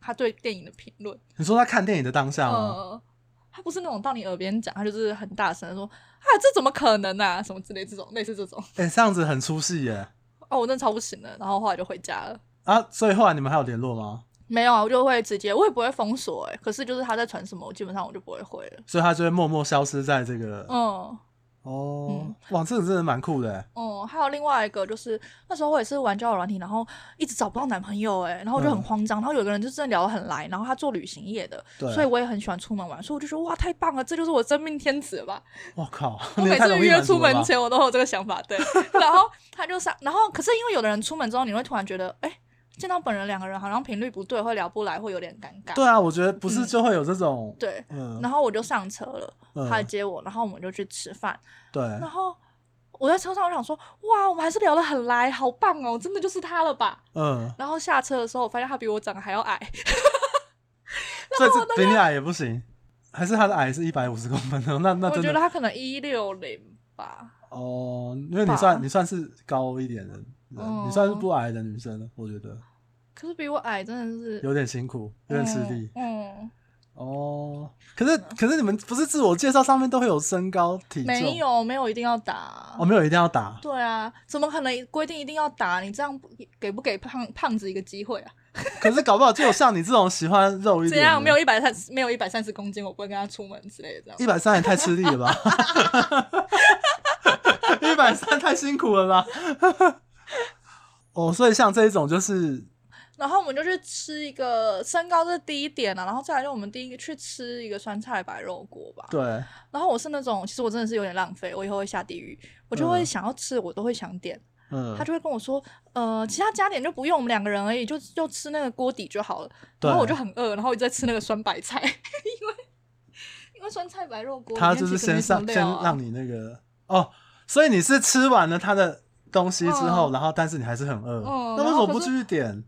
Speaker 2: 他对电影的评论。
Speaker 1: 你说他看电影的当下吗？
Speaker 2: 呃，他不是那种到你耳边讲，他就是很大声的说啊，这怎么可能啊，什么之类这种，类似这种。
Speaker 1: 哎、这样子很出戏耶。
Speaker 2: 哦，我真的超不行了，然后后来就回家了。
Speaker 1: 啊，所以后来你们还有联络吗？
Speaker 2: 没有啊，我就会直接，我也不会封锁哎、可是就是他在传什么，我基本上我就不会回了。
Speaker 1: 所以他就会默默消失在这个、
Speaker 2: 嗯
Speaker 1: 哦
Speaker 2: 嗯，
Speaker 1: 哇，这个真的蛮酷的耶。
Speaker 2: 嗯，还有另外一个就是那时候我也是玩交友软体，然后一直找不到男朋友哎、然后我就很
Speaker 1: 嗯
Speaker 2: 慌张。然后有个人就真的聊得很来，然后他做旅行业的，
Speaker 1: 对，
Speaker 2: 所以我也很喜欢出门玩，所以我就觉得哇太棒了，这就是我真命天子了吧。
Speaker 1: 我靠，
Speaker 2: 我
Speaker 1: 你也
Speaker 2: 每
Speaker 1: 太
Speaker 2: 次
Speaker 1: 容易
Speaker 2: 约
Speaker 1: 满足
Speaker 2: 出
Speaker 1: 了吧
Speaker 2: 门前，我都有这个想法，对。 然后他就上，然后可是因为有的人出门之后，你会突然觉得，哎，见到本人两个人好像频率不对，会聊不来，会有点尴尬。
Speaker 1: 对啊，我觉得不是
Speaker 2: 嗯
Speaker 1: 就会有这种，
Speaker 2: 对
Speaker 1: 嗯，
Speaker 2: 然后我就上车了，他来
Speaker 1: 嗯，
Speaker 2: 接我，然后我们就去吃饭。
Speaker 1: 对，
Speaker 2: 然后我在车上，我想说，哇，我们还是聊得很来，好棒哦，真的就是他了吧？
Speaker 1: 嗯，
Speaker 2: 然后下车的时候，我发现他比我长得还要矮，
Speaker 1: 所以这比你矮也不行，还是他的矮是一百五十公分呢？那那
Speaker 2: 我
Speaker 1: 真
Speaker 2: 觉得
Speaker 1: 的
Speaker 2: 他可能一六零吧。
Speaker 1: 哦，因为你
Speaker 2: 吧
Speaker 1: 算你算是高一点的人，你算是
Speaker 2: 嗯
Speaker 1: 不矮的女生了，我觉得
Speaker 2: 可是比我矮真的是
Speaker 1: 有点辛苦，有点吃力
Speaker 2: 嗯，嗯
Speaker 1: 哦。可是可是你们不是自我介绍上面都会有身高体重？
Speaker 2: 没有啊没有一定要打
Speaker 1: 哦，没有一定要 打，
Speaker 2: 对啊，怎么可能规定一定要打？你这样不给不给胖胖子一个机会啊？
Speaker 1: 可是搞不好就有像你这种喜欢肉一
Speaker 2: 这
Speaker 1: 点的，
Speaker 2: 样没有一百三没有一百三十公斤，我不会跟他出门之类的。这样
Speaker 1: 一百三也太吃力了 吧？ 一百三太辛苦了 吧？哦，所以像这一种就是，
Speaker 2: 然后我们就去吃一个身高这是第一点啊，然后再来就我们第一个去吃一个酸菜白肉锅吧。
Speaker 1: 对，
Speaker 2: 然后我是那种，其实我真的是有点浪费，我以后会下地狱，我就会
Speaker 1: 嗯
Speaker 2: 想要吃，我都会想点。
Speaker 1: 嗯
Speaker 2: 他，就会跟我说，呃，其他加点就不用，我们两个人而已，就就吃那个锅底就好了。
Speaker 1: 对
Speaker 2: 然后我就很饿，然后我就在吃那个酸白菜， 因为因为酸菜白肉锅里
Speaker 1: 他
Speaker 2: 面
Speaker 1: 就是
Speaker 2: 其实没
Speaker 1: 先
Speaker 2: 什
Speaker 1: 上
Speaker 2: 么
Speaker 1: 先
Speaker 2: 料啊
Speaker 1: 让你那个哦，所以你是吃完了他的东西之后，
Speaker 2: 嗯
Speaker 1: 然后但是你还是很饿，
Speaker 2: 嗯
Speaker 1: 那为
Speaker 2: 然
Speaker 1: 什么
Speaker 2: 后可
Speaker 1: 不
Speaker 2: 是
Speaker 1: 继续点？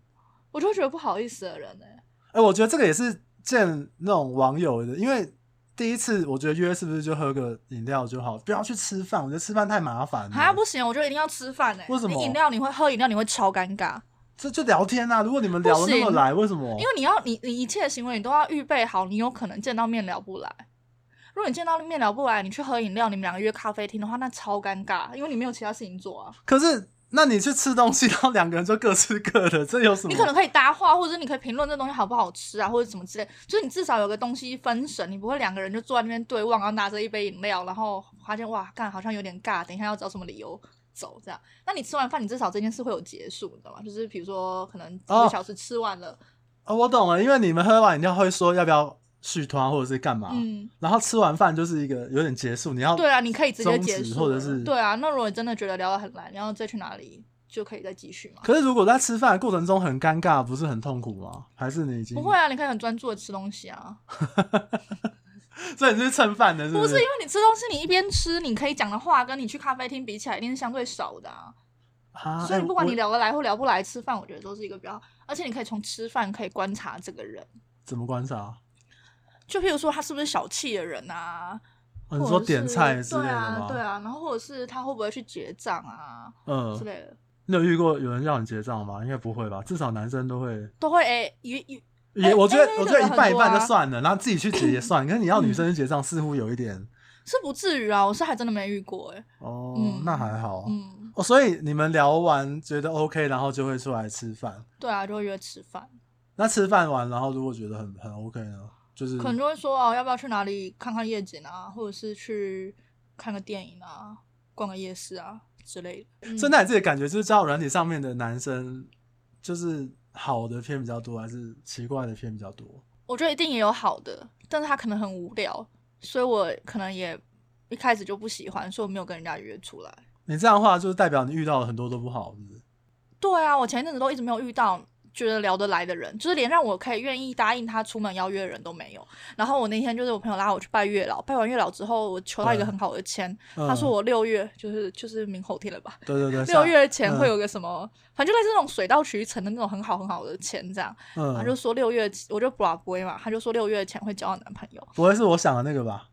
Speaker 2: 我就会觉得不好意思的人欸呢、
Speaker 1: 哎、我觉得这个也是见那种网友的，因为第一次我觉得约是不是就喝个饮料就好，不要去吃饭，我觉得吃饭太麻烦了。
Speaker 2: 啊，不行，我觉得一定要吃饭呢、
Speaker 1: 嗯为什么哦
Speaker 2: 你饮料你会喝饮料，你会超尴尬，
Speaker 1: 这就聊天啊！如果你们聊的那么
Speaker 2: 不行
Speaker 1: 来，为什么？
Speaker 2: 因为你要你你一切行为你都要预备好，你有可能见到面聊不来。如果你见到面聊不来，你去喝饮料，你们两个约咖啡厅的话，那超尴尬，因为你没有其他事情做啊。
Speaker 1: 可是，那你去吃东西， 然后两个人就各吃各的，这有什么？
Speaker 2: 你可能可以搭话，或者是你可以评论这东西好不好吃啊，或者什么之类。就是你至少有个东西分神，你不会两个人就坐在那边对望，然后拿着一杯饮料，然后发现哇，干好像有点尬，等一下要找什么理由走这样。那你吃完饭，你至少这件事会有结束，你知道吗？就是比如说可能几
Speaker 1: 哦
Speaker 2: 个小时吃完了，
Speaker 1: 哦，我懂了，因为你们喝完饮料会说要不要续团或者是干嘛，
Speaker 2: 嗯，
Speaker 1: 然后吃完饭就是一个有点结束，你要
Speaker 2: 对啊，你可以直接
Speaker 1: 哦终
Speaker 2: 结
Speaker 1: 止
Speaker 2: 束了，
Speaker 1: 或者是
Speaker 2: 对啊。那如果你真的觉得聊得很来，你要再去哪里就可以再继续嘛。
Speaker 1: 可是如果在吃饭的过程中很尴尬，不是很痛苦吗？还是你已经
Speaker 2: 不会？啊，你可以很专注的吃东西啊。
Speaker 1: 所以你是蹭饭的，是
Speaker 2: 不
Speaker 1: 不
Speaker 2: 是因为你吃东西，你一边吃，你可以讲的话跟你去咖啡厅比起来，一定是相对少的啊。
Speaker 1: 啊，
Speaker 2: 所以
Speaker 1: 哎
Speaker 2: 不管你
Speaker 1: 我
Speaker 2: 聊得来或聊不来，吃饭我觉得都是一个比较，而且你可以从吃饭可以观察这个人，
Speaker 1: 怎么观察？哦
Speaker 2: 就譬如说他是不是小气的人啊，或
Speaker 1: 哦你
Speaker 2: 者
Speaker 1: 说点
Speaker 2: 是
Speaker 1: 菜之类
Speaker 2: 对
Speaker 1: 的
Speaker 2: 啊
Speaker 1: 吗？
Speaker 2: 对啊，然后或者是他会不会去结账啊、之
Speaker 1: 嗯，
Speaker 2: 类的，
Speaker 1: 你有遇过有人要你结账吗？应该不会吧，至少男生都会。
Speaker 2: 都会诶一一
Speaker 1: 也
Speaker 2: 哎
Speaker 1: 我觉得
Speaker 2: AA
Speaker 1: 我觉得
Speaker 2: 的
Speaker 1: 一
Speaker 2: 很
Speaker 1: 半一
Speaker 2: 多
Speaker 1: 半就
Speaker 2: 啊
Speaker 1: 算了，然后自己去结也算。可是你要女
Speaker 2: 嗯
Speaker 1: 生去结账，似乎有一点
Speaker 2: 是不至于啊，我是还真的没遇过诶、
Speaker 1: 哦，
Speaker 2: 嗯
Speaker 1: 那还好。
Speaker 2: 嗯，
Speaker 1: 哦，所以你们聊完觉得 OK，然后就会出来吃饭。
Speaker 2: 对啊，就会约吃饭，
Speaker 1: 那吃饭完，然后如果觉得很很 OK 呢，就是
Speaker 2: 可能就会说哦，要不要去哪里看看夜景啊，或者是去看个电影啊，逛个夜市啊之类的。嗯
Speaker 1: 所以那你自己感觉就是交友软体上面的男生，就是好的片比较多，还是奇怪的片比较多？
Speaker 2: 我觉得一定也有好的，但是他可能很无聊，所以我可能也一开始就不喜欢，所以我没有跟人家约出来。
Speaker 1: 你这样的话，就是代表你遇到了很多都不好，是不是？
Speaker 2: 对啊，我前一阵子都一直没有遇到觉得聊得来的人，就是连让我可以愿意答应他出门邀约的人都没有。然后我那天就是我朋友拉我去拜月老，拜完月老之后，我求到一个
Speaker 1: 对
Speaker 2: 很好的签，
Speaker 1: 嗯、
Speaker 2: 他说我六月就是就是明后天了吧，
Speaker 1: 对对对，
Speaker 2: 六
Speaker 1: 像
Speaker 2: 月前
Speaker 1: 嗯
Speaker 2: 会有个什么，反正就类似那种水到渠成的那种很好很好的签这样。
Speaker 1: 嗯，
Speaker 2: 啊他就说六月，我就 bra 龟嘛，他就说六月前会交到男朋友。
Speaker 1: 不会是我想的那个吧？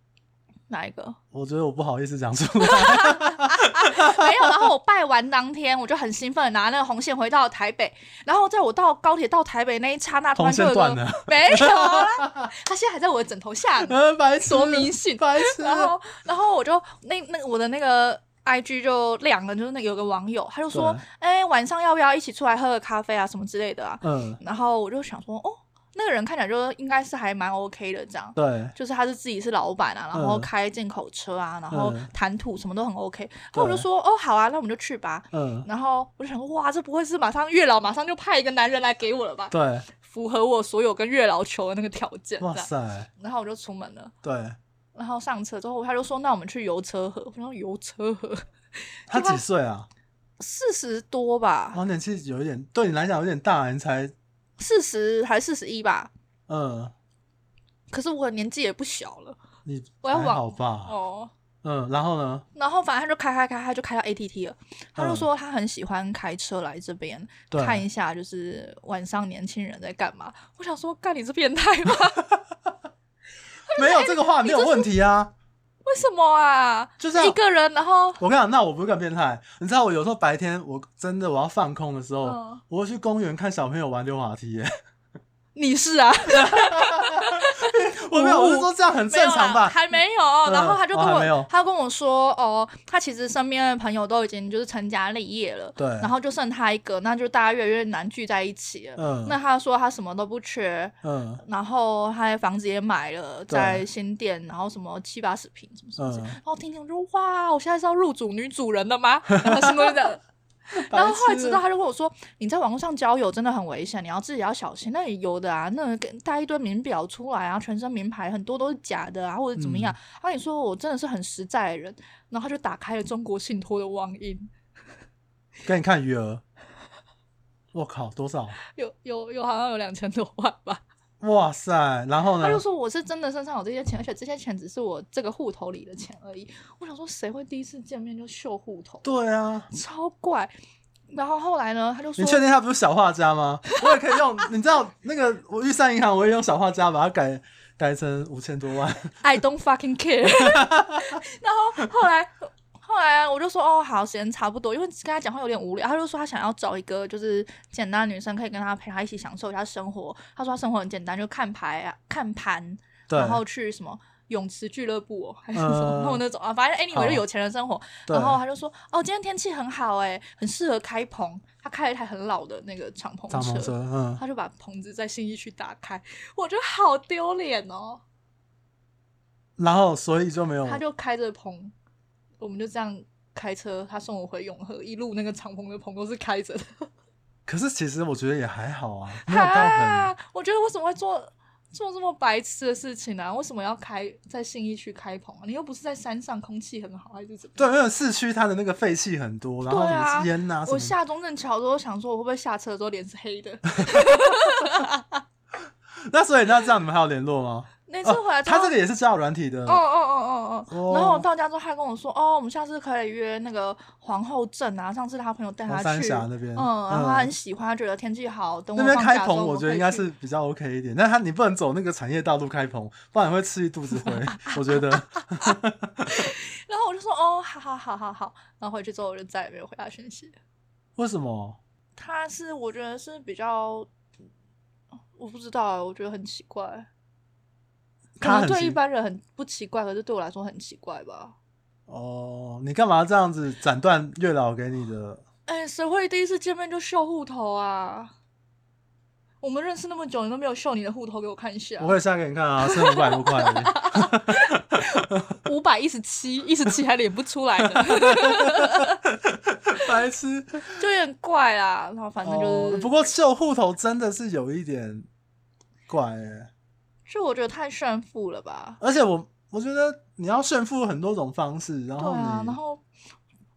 Speaker 2: 哪一个？
Speaker 1: 我觉得我不好意思讲 出来。
Speaker 2: 没有。然后我拜完当天，我就很兴奋，拿那个红线回到台北。然后在我到高铁到台北那一刹那，突
Speaker 1: 红
Speaker 2: 然就
Speaker 1: 线
Speaker 2: 有
Speaker 1: 断
Speaker 2: 个
Speaker 1: 了，
Speaker 2: 没有啦，他现在还在我的枕头下呢。
Speaker 1: 呃，白痴，
Speaker 2: 多迷信
Speaker 1: 白痴。
Speaker 2: 然后，然后我就那那我的那个 I G 就亮了，就是那有个网友他就说
Speaker 1: 对，
Speaker 2: 哎、晚上要不要一起出来喝个咖啡啊什么之类的啊？
Speaker 1: 嗯，
Speaker 2: 然后我就想说，哦，那个人看起来就应该是还蛮 OK 的这样。
Speaker 1: 对，
Speaker 2: 就是他是自己是老板啊，然后
Speaker 1: 嗯
Speaker 2: 开进口车啊，然后
Speaker 1: 嗯
Speaker 2: 谈吐什么都很 OK，那我就说哦好啊，那我们就去吧。
Speaker 1: 嗯，
Speaker 2: 然后我就想说哇，这不会是马上月老马上就派一个男人来给我了吧？
Speaker 1: 对，
Speaker 2: 符合我所有跟月老求的那个条件。
Speaker 1: 哇
Speaker 2: 这样
Speaker 1: 塞，
Speaker 2: 然后我就出门了，
Speaker 1: 对
Speaker 2: 然后上车之后他就说那我们去游车河，我说游车河
Speaker 1: 他几岁啊？
Speaker 2: 四十多吧，
Speaker 1: 哦，年纪有一点，对你来讲有点大，你才
Speaker 2: 四十还四十一吧，
Speaker 1: 嗯，
Speaker 2: 可是我的年纪也不小了
Speaker 1: 你
Speaker 2: 我要
Speaker 1: 还
Speaker 2: 往
Speaker 1: 好吧？
Speaker 2: 哦。
Speaker 1: 嗯，然后呢？
Speaker 2: 然后反正他就开开开，他就开到 ATT 了。他就说他很喜欢开车来这边、
Speaker 1: 对
Speaker 2: 看一下，就是晚上年轻人在干嘛。我想说，干你是变态吗？
Speaker 1: 没有这个话没有问题啊。
Speaker 2: 为什么啊？
Speaker 1: 就这样
Speaker 2: 一个人，然后
Speaker 1: 我跟你讲，那我不是更变态。你知道我有时候白天我真的我要放空的时候，
Speaker 2: 嗯
Speaker 1: 我会去公园看小朋友玩溜滑梯耶。
Speaker 2: 你是啊，
Speaker 1: 我没有，我是说这样很 正常
Speaker 2: 没有啦
Speaker 1: 吧？
Speaker 2: 还没有。
Speaker 1: 嗯
Speaker 2: 然后他就跟
Speaker 1: 哦
Speaker 2: 我，
Speaker 1: 还没有
Speaker 2: 他跟我说，哦，他其实身边的朋友都已经就是成家立业了，
Speaker 1: 对
Speaker 2: 然后就剩他一个，那就大家越来越难聚在一起了。
Speaker 1: 嗯
Speaker 2: 那他说他什么都不缺，
Speaker 1: 嗯
Speaker 2: 然后他的房子也买了，在新店，然后什么七八十平什么什么之类的。
Speaker 1: 嗯，
Speaker 2: 然后听听我就哇，我现在是要入主女主人了吗？然后心中就这样。 然后后来知道，
Speaker 1: 白痴
Speaker 2: 他就跟我说，你在网络上交友真的很危险，你要自己要小心。那里有的啊，那个带一堆名表出来啊，全身名牌很多都是假的啊，或者怎么样。
Speaker 1: 嗯
Speaker 2: 然后你说我真的是很实在的人，然后他就打开了中国信托的网银，
Speaker 1: 给你看余额，我靠，多少？
Speaker 2: 有有有好像有两千多万吧。
Speaker 1: 哇塞！然后呢
Speaker 2: 他？就说我是真的身上有这些钱，而且这些钱只是我这个户头里的钱而已。我想说，谁会第一次见面就秀户头？
Speaker 1: 对啊，
Speaker 2: 超怪。然后后来呢，他就说
Speaker 1: 你确定他不是小画家吗？我也可以用， 你知道那个我预算银行，我也用小画家把它改改成五千多万。
Speaker 2: I don't fucking care。然后后来后来我就说哦好，时间差不多，因为跟他讲话有点无聊，他就说他想要找一个就是简单的女生，可以跟他陪他一起享受一下生活。他说他生活很简单，就看牌啊、看盘，
Speaker 1: 对，
Speaker 2: 然后去什么。泳池俱乐部哦、还是什么
Speaker 1: 嗯
Speaker 2: 然后那种啊，反正 anyway 就
Speaker 1: 好
Speaker 2: 有钱人生活。
Speaker 1: 对
Speaker 2: 然后他就说，哦，今天天气很好哎、很适合开棚。他开了一台很老的那个敞篷
Speaker 1: 敞篷车，嗯，
Speaker 2: 他就把棚子在信义区打开，我觉得好丢脸哦。
Speaker 1: 然后所以就没有，
Speaker 2: 他就开着棚，我们就这样开车，他送我回永和，一路那个敞篷的棚都是 开着的。
Speaker 1: 可是其实我觉得也还好 啊，没有到很，
Speaker 2: 我觉得为什么会做做这么白痴的事情呢、啊？为什么要开在信义区开棚、啊？你又不是在山上，空气很好还是怎么
Speaker 1: 对，
Speaker 2: 样？
Speaker 1: 因为市区它的那个废气很多，然后
Speaker 2: 对啊
Speaker 1: 什么烟呐、什
Speaker 2: 我
Speaker 1: 么的，
Speaker 2: 下中正桥的时候想说，我会不会下车的时候脸是 黑的？
Speaker 1: 那所以那这样你们还有联络吗？
Speaker 2: 那次回来
Speaker 1: 哦
Speaker 2: 之后、
Speaker 1: 他这个也是交友软体的，
Speaker 2: 呃哦哦哦哦
Speaker 1: 哦
Speaker 2: 哦！然后我到家之后，他跟我说：“哦，我们下次可以约那个皇后镇啊，上次他朋友带
Speaker 1: 黄
Speaker 2: 他
Speaker 1: 三
Speaker 2: 去，
Speaker 1: 峡那边
Speaker 2: 嗯，然后他
Speaker 1: 嗯
Speaker 2: 很喜欢，他觉得天气好，等我
Speaker 1: 那边
Speaker 2: 放
Speaker 1: 开
Speaker 2: 假的时
Speaker 1: 棚，
Speaker 2: 候
Speaker 1: 我
Speaker 2: 们
Speaker 1: 觉得
Speaker 2: 可以
Speaker 1: 应该
Speaker 2: 去
Speaker 1: 是比较 OK 一点，但他你不能走那个产业道路开棚，不然会吃一肚子 灰。我觉得，
Speaker 2: 然后我就说：“哦，好好好好好。”然后回去之后，我就再也没有回他讯息。
Speaker 1: 为什么？
Speaker 2: 他是我觉得是比较，我不知道啊，我觉得很奇怪。可
Speaker 1: 他很
Speaker 2: 能对
Speaker 1: 奇
Speaker 2: 一般人很不奇怪，可是对我来说很奇怪吧？
Speaker 1: 哦，你干嘛这样子斩断月老给你的？
Speaker 2: 哎，谁会第一次见面就秀户头啊？我们认识那么久，你都没有秀你的户头给我看一下。
Speaker 1: 我会下给你看啊，剩五百多块 而已。
Speaker 2: 五百一十七，一十七还领不出来 的，
Speaker 1: 白痴。
Speaker 2: 就有点怪啦。然后反正就是，
Speaker 1: 哦不过秀户头真的是有一点怪哎、
Speaker 2: 就我觉得太炫富了吧。
Speaker 1: 而且我我觉得你要炫富很多种方式，然
Speaker 2: 对
Speaker 1: 后你、
Speaker 2: 啊，然后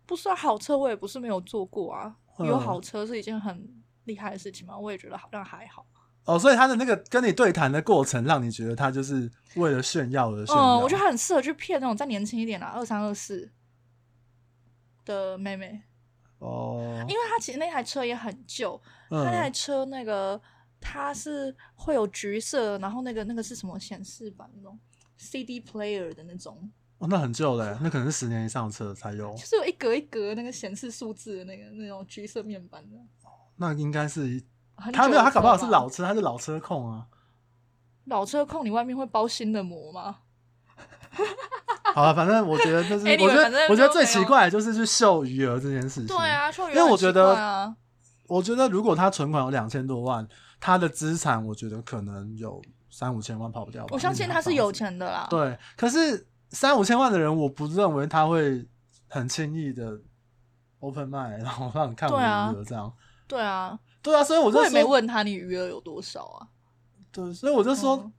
Speaker 2: 不是啊好车，我也不是没有坐过啊。
Speaker 1: 嗯
Speaker 2: 有好车是一件很厉害的事情嘛，我也觉得好像还好。
Speaker 1: 哦，所以他的那个跟你对谈的过程，让你觉得他就是为了炫耀而炫耀。
Speaker 2: 嗯，我觉得他很适合去骗那种再年轻一点的二三二四的妹妹，
Speaker 1: 哦，
Speaker 2: 因为他其实那台车也很旧，他那台
Speaker 1: 嗯，
Speaker 2: 车那个它是会有橘色，然后那个那个是什么显示板那种 CD player 的那种
Speaker 1: 哦，那很旧嘞，那可能是十年以上的车才有
Speaker 2: 就，是有一格一格那个显示数字的那个那种橘色面板的。
Speaker 1: 那应该是一
Speaker 2: 很
Speaker 1: 他
Speaker 2: 久
Speaker 1: 没有，
Speaker 2: 的
Speaker 1: 他搞不好
Speaker 2: 车
Speaker 1: 是
Speaker 2: 吧
Speaker 1: 老车，他是老车控啊。
Speaker 2: 老车控，你外面会包新的膜吗？
Speaker 1: 好啊了，反正 我觉得就是，我
Speaker 2: Anyway，
Speaker 1: 觉
Speaker 2: 反正
Speaker 1: 得我觉得
Speaker 2: 就
Speaker 1: 最
Speaker 2: 没有
Speaker 1: 奇怪的就是去秀余额这件事情。
Speaker 2: 对，啊，秀
Speaker 1: 因为我觉得
Speaker 2: 啊，
Speaker 1: 我觉得如果他存款有两千多万，他的资产我觉得可能有三五千万跑不掉吧。
Speaker 2: 我相信
Speaker 1: 那
Speaker 2: 他
Speaker 1: 间
Speaker 2: 是有
Speaker 1: 房子。
Speaker 2: 钱的啦。，
Speaker 1: 嗯对，可是三五千万的人，我不认为他会很轻易的 open mind，然后让你看我
Speaker 2: 对啊
Speaker 1: 的余额这样。
Speaker 2: 对啊，
Speaker 1: 对啊，所以我就
Speaker 2: 我也没
Speaker 1: 说
Speaker 2: 问他你余额有多少啊。
Speaker 1: 对，所以我就说，
Speaker 2: 嗯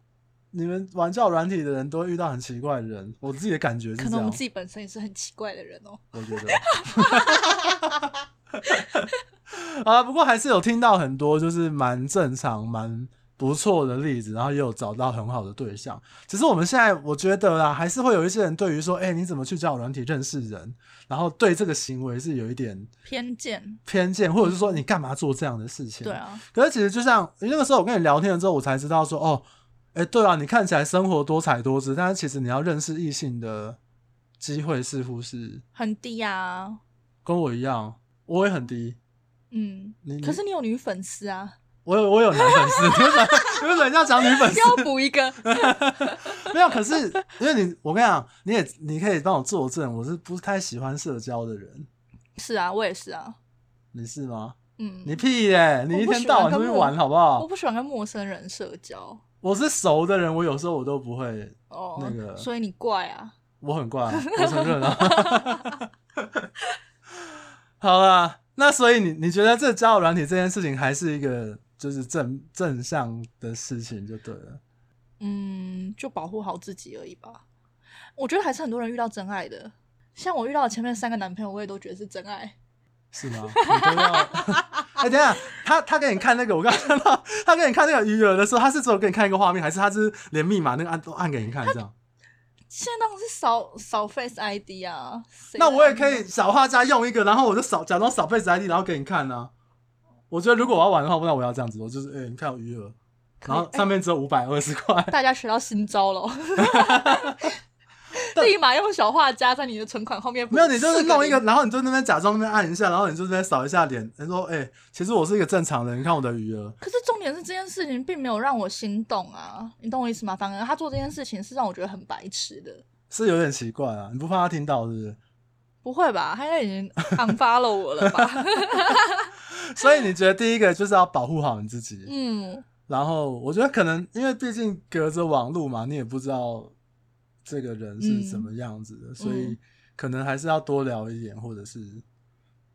Speaker 1: 你们玩教软体的人都会遇到很奇怪的人，我自己的感觉是这
Speaker 2: 可
Speaker 1: 样。
Speaker 2: 能我们自己本身也是很奇怪的人哦、
Speaker 1: 我觉得。啊，不过还是有听到很多就是蛮正常、蛮不错的例子，然后也有找到很好的对象。只是我们现在我觉得啦，还是会有一些人对于说，哎、你怎么去交友软体认识人，然后对这个行为是有一点
Speaker 2: 偏见。
Speaker 1: 偏见，或者是说你干嘛做这样的事情？
Speaker 2: 对。啊，
Speaker 1: 可是其实就像那个时候我跟你聊天了之后，我才知道说，哦，哎、对啊，你看起来生活多彩多姿，但是其实你要认识异性的机会似乎是
Speaker 2: 很低啊。
Speaker 1: 跟我一样，我也很低。
Speaker 2: 嗯，
Speaker 1: 你
Speaker 2: 可是你有女粉丝 啊，
Speaker 1: 我有我有男粉丝， 你为什么你为什么要讲女粉丝？
Speaker 2: 要补一个。
Speaker 1: 没有，可是因为你，我跟你讲，你也你可以帮我作证，我是不太喜欢社交的人，
Speaker 2: 是啊，我也是啊。
Speaker 1: 你是吗？
Speaker 2: 嗯，
Speaker 1: 你屁耶、你一
Speaker 2: 我不
Speaker 1: 天
Speaker 2: 喜欢
Speaker 1: 到晚
Speaker 2: 跟
Speaker 1: 出去
Speaker 2: 陌
Speaker 1: 玩好不
Speaker 2: 我
Speaker 1: 好？
Speaker 2: 不喜欢跟陌生人社交
Speaker 1: 我是熟的人，我有时候我都不会，
Speaker 2: 哦，
Speaker 1: 那个
Speaker 2: 所以你怪啊。
Speaker 1: 我很怪啊，我承认啊。 好啦，那所以你你觉得这交友软体这件事情还是一个就是正正向的事情就对了。
Speaker 2: 嗯，就保护好自己而已吧。我觉得还是很多人遇到真爱的，像我遇到的前面三个男朋友，我也都觉得是真爱。
Speaker 1: 是吗？你都要？哎、等一下，他他给你看那个，我刚刚看到他给你看那个余额的时候，他是只有给你看一个画面，还是他是连密码那个按都按给你看这样？
Speaker 2: 现在当然是扫扫 Face ID 啊，谁
Speaker 1: 那
Speaker 2: 的
Speaker 1: 我也
Speaker 2: ID
Speaker 1: 可以
Speaker 2: 呢
Speaker 1: 小画家用一个，然后我就扫假装扫被子 ID，然后给你看呢、我觉得如果我要玩的话，那我要这样子，我就是哎、你看我余额，
Speaker 2: 可
Speaker 1: 然
Speaker 2: 以
Speaker 1: 后上面只有五百二十块，
Speaker 2: 大家学到新 招了，立马用小画家在你的存款后面
Speaker 1: 没有你就
Speaker 2: 四
Speaker 1: 是弄一个，
Speaker 2: 零
Speaker 1: 然后你就那边假装那边按一下，然后你就那边扫一下脸，你说哎、其实我是一个正常人，你看我的余额，
Speaker 2: 可是重点是这件事情并没有让我心动啊，你懂我意思吗？反而他做这件事情是让我觉得很白痴的。
Speaker 1: 是有点奇怪啊，你不怕他听到是不是？
Speaker 2: 不会吧？他应该已经 unfollow 我了吧？
Speaker 1: 所以你觉得第一个就是要保护好你自己，
Speaker 2: 嗯，
Speaker 1: 然后我觉得可能因为毕竟隔着网络嘛，你也不知道这个人是什么样子的，所以可能还是要多聊一点，或者是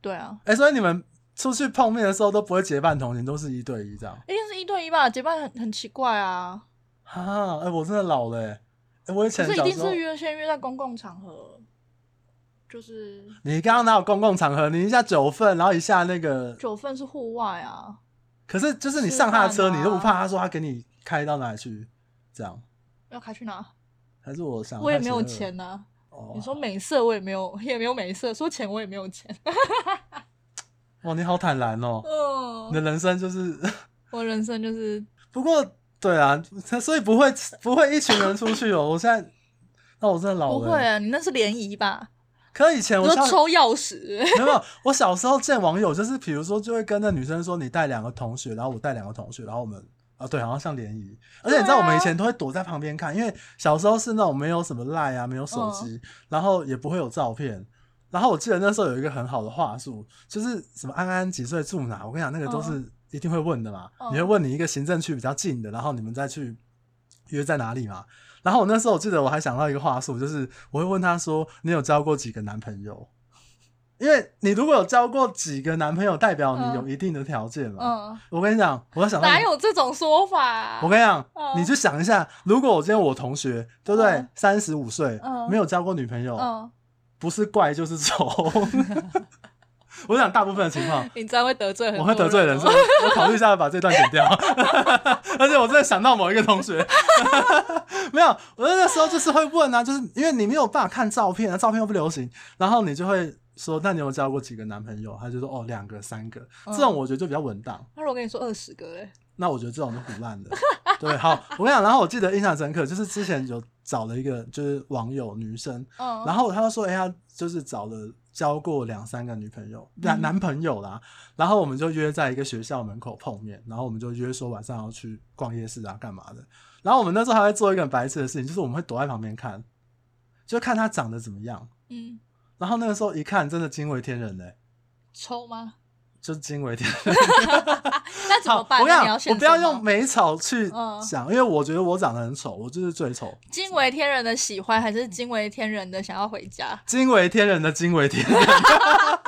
Speaker 2: 对啊，
Speaker 1: 哎、所以你们出去碰面的时候都不会结伴同行，都是一对一这样
Speaker 2: 一定是一对一吧？结伴很很奇怪啊，
Speaker 1: 啊？哎、我真的老了、欸，哎，我以
Speaker 2: 可
Speaker 1: 前
Speaker 2: 是一
Speaker 1: 小
Speaker 2: 定
Speaker 1: 时候
Speaker 2: 是。约先约在公共场合，就是
Speaker 1: 你刚刚哪有公共场合？你一下九份，然后一下那个，
Speaker 2: 九份是户外啊，
Speaker 1: 可是就是你上他的车，
Speaker 2: 吃饭啊
Speaker 1: 你都不怕他说他给你开到哪里去？这样
Speaker 2: 要开去哪？
Speaker 1: 还是我想
Speaker 2: 我也没
Speaker 1: 太
Speaker 2: 有
Speaker 1: 哦邪恶了
Speaker 2: 钱。呐、啊。
Speaker 1: 哦
Speaker 2: 你说美色我也没有， 也没有美色，说钱我也没有钱。
Speaker 1: 哇，你好坦然哦。你的
Speaker 2: 嗯，
Speaker 1: 人生就是，
Speaker 2: 我人生就是，
Speaker 1: 不过对啊， 所以不会不会一群人出去哦。我现在，那我真的老
Speaker 2: 不
Speaker 1: 了。欸
Speaker 2: 会啊，你那是联谊吧？
Speaker 1: 可以前
Speaker 2: 你
Speaker 1: 我
Speaker 2: 说
Speaker 1: 小
Speaker 2: 抽钥 匙，
Speaker 1: 没有，我小时候见网友就是，比如说就会跟那女生说你带两个同学，然后我带两个同学，然后我们。啊，对，好像像联谊，而且你知道我们以前都会躲在旁边看，因为小时候是那种没有什么赖啊，没有手机，然后也不会有照片。然后我记得那时候有一个很好的话术，就是什么安安几岁住哪，我跟你讲那个都是一定会问的嘛，
Speaker 2: 嗯
Speaker 1: 你会问你一个行政区比较近的，然后你们再去约在哪里嘛。然后我那时候我记得我还想到一个话术，就是我会问他说你有交过几个男朋友？因为你如果有交过几个男朋友，代表你有一定的条件嘛。
Speaker 2: 嗯，
Speaker 1: 我跟你讲，我要想到
Speaker 2: 哪
Speaker 1: 你
Speaker 2: 有这种说法、啊？
Speaker 1: 我跟你讲，
Speaker 2: 嗯
Speaker 1: 你去想一下，如果我今天我同学，对不对
Speaker 2: 嗯？
Speaker 1: 三十五岁
Speaker 2: 嗯，
Speaker 1: 没有交过女朋友，
Speaker 2: 嗯，
Speaker 1: 不是怪就是丑。 我想大部分的情况，
Speaker 2: 你这样会得罪很多
Speaker 1: 我会得罪人，
Speaker 2: 哦
Speaker 1: 所以我考虑一下把这段剪掉。 而且我真的想到某一个同学， 没有，我那时候就是会问啊，就是因为你没有办法看照片啊，照片又不流行，然后你就会说，那你有交过几个男朋友？他就说哦，两个、三个，
Speaker 2: 嗯
Speaker 1: 这种我觉得就比较稳当。
Speaker 2: 那如果跟你说二十个嘞，
Speaker 1: 那我觉得这种是胡烂的。对，好，我跟你讲，然后我记得印象深刻，就是之前有找了一个就是网友女生，
Speaker 2: 嗯，
Speaker 1: 然后他就说，哎、他就是找了交过两三个女朋友，男
Speaker 2: 嗯
Speaker 1: 男朋友啦。然后我们就约在一个学校门口碰面，然后我们就约说晚上要去逛夜市啊，干嘛的。然后我们那时候还会做一个很白痴的事情，就是我们会躲在旁边看，就看他长得怎么样。
Speaker 2: 嗯，
Speaker 1: 然后那个时候一看，真的惊为天人嘞、
Speaker 2: 抽吗？
Speaker 1: 就是惊为天人。
Speaker 2: 那 怎么办？
Speaker 1: 我跟
Speaker 2: 那
Speaker 1: 你
Speaker 2: 你要
Speaker 1: 讲，我
Speaker 2: 现
Speaker 1: 不要
Speaker 2: 身吗
Speaker 1: 用美丑去
Speaker 2: 嗯
Speaker 1: 想，因为我觉得我长得很丑，我就是最丑，
Speaker 2: 惊为天人的喜欢，还是惊为天人的想要回家？
Speaker 1: 惊为天人的惊为天 人。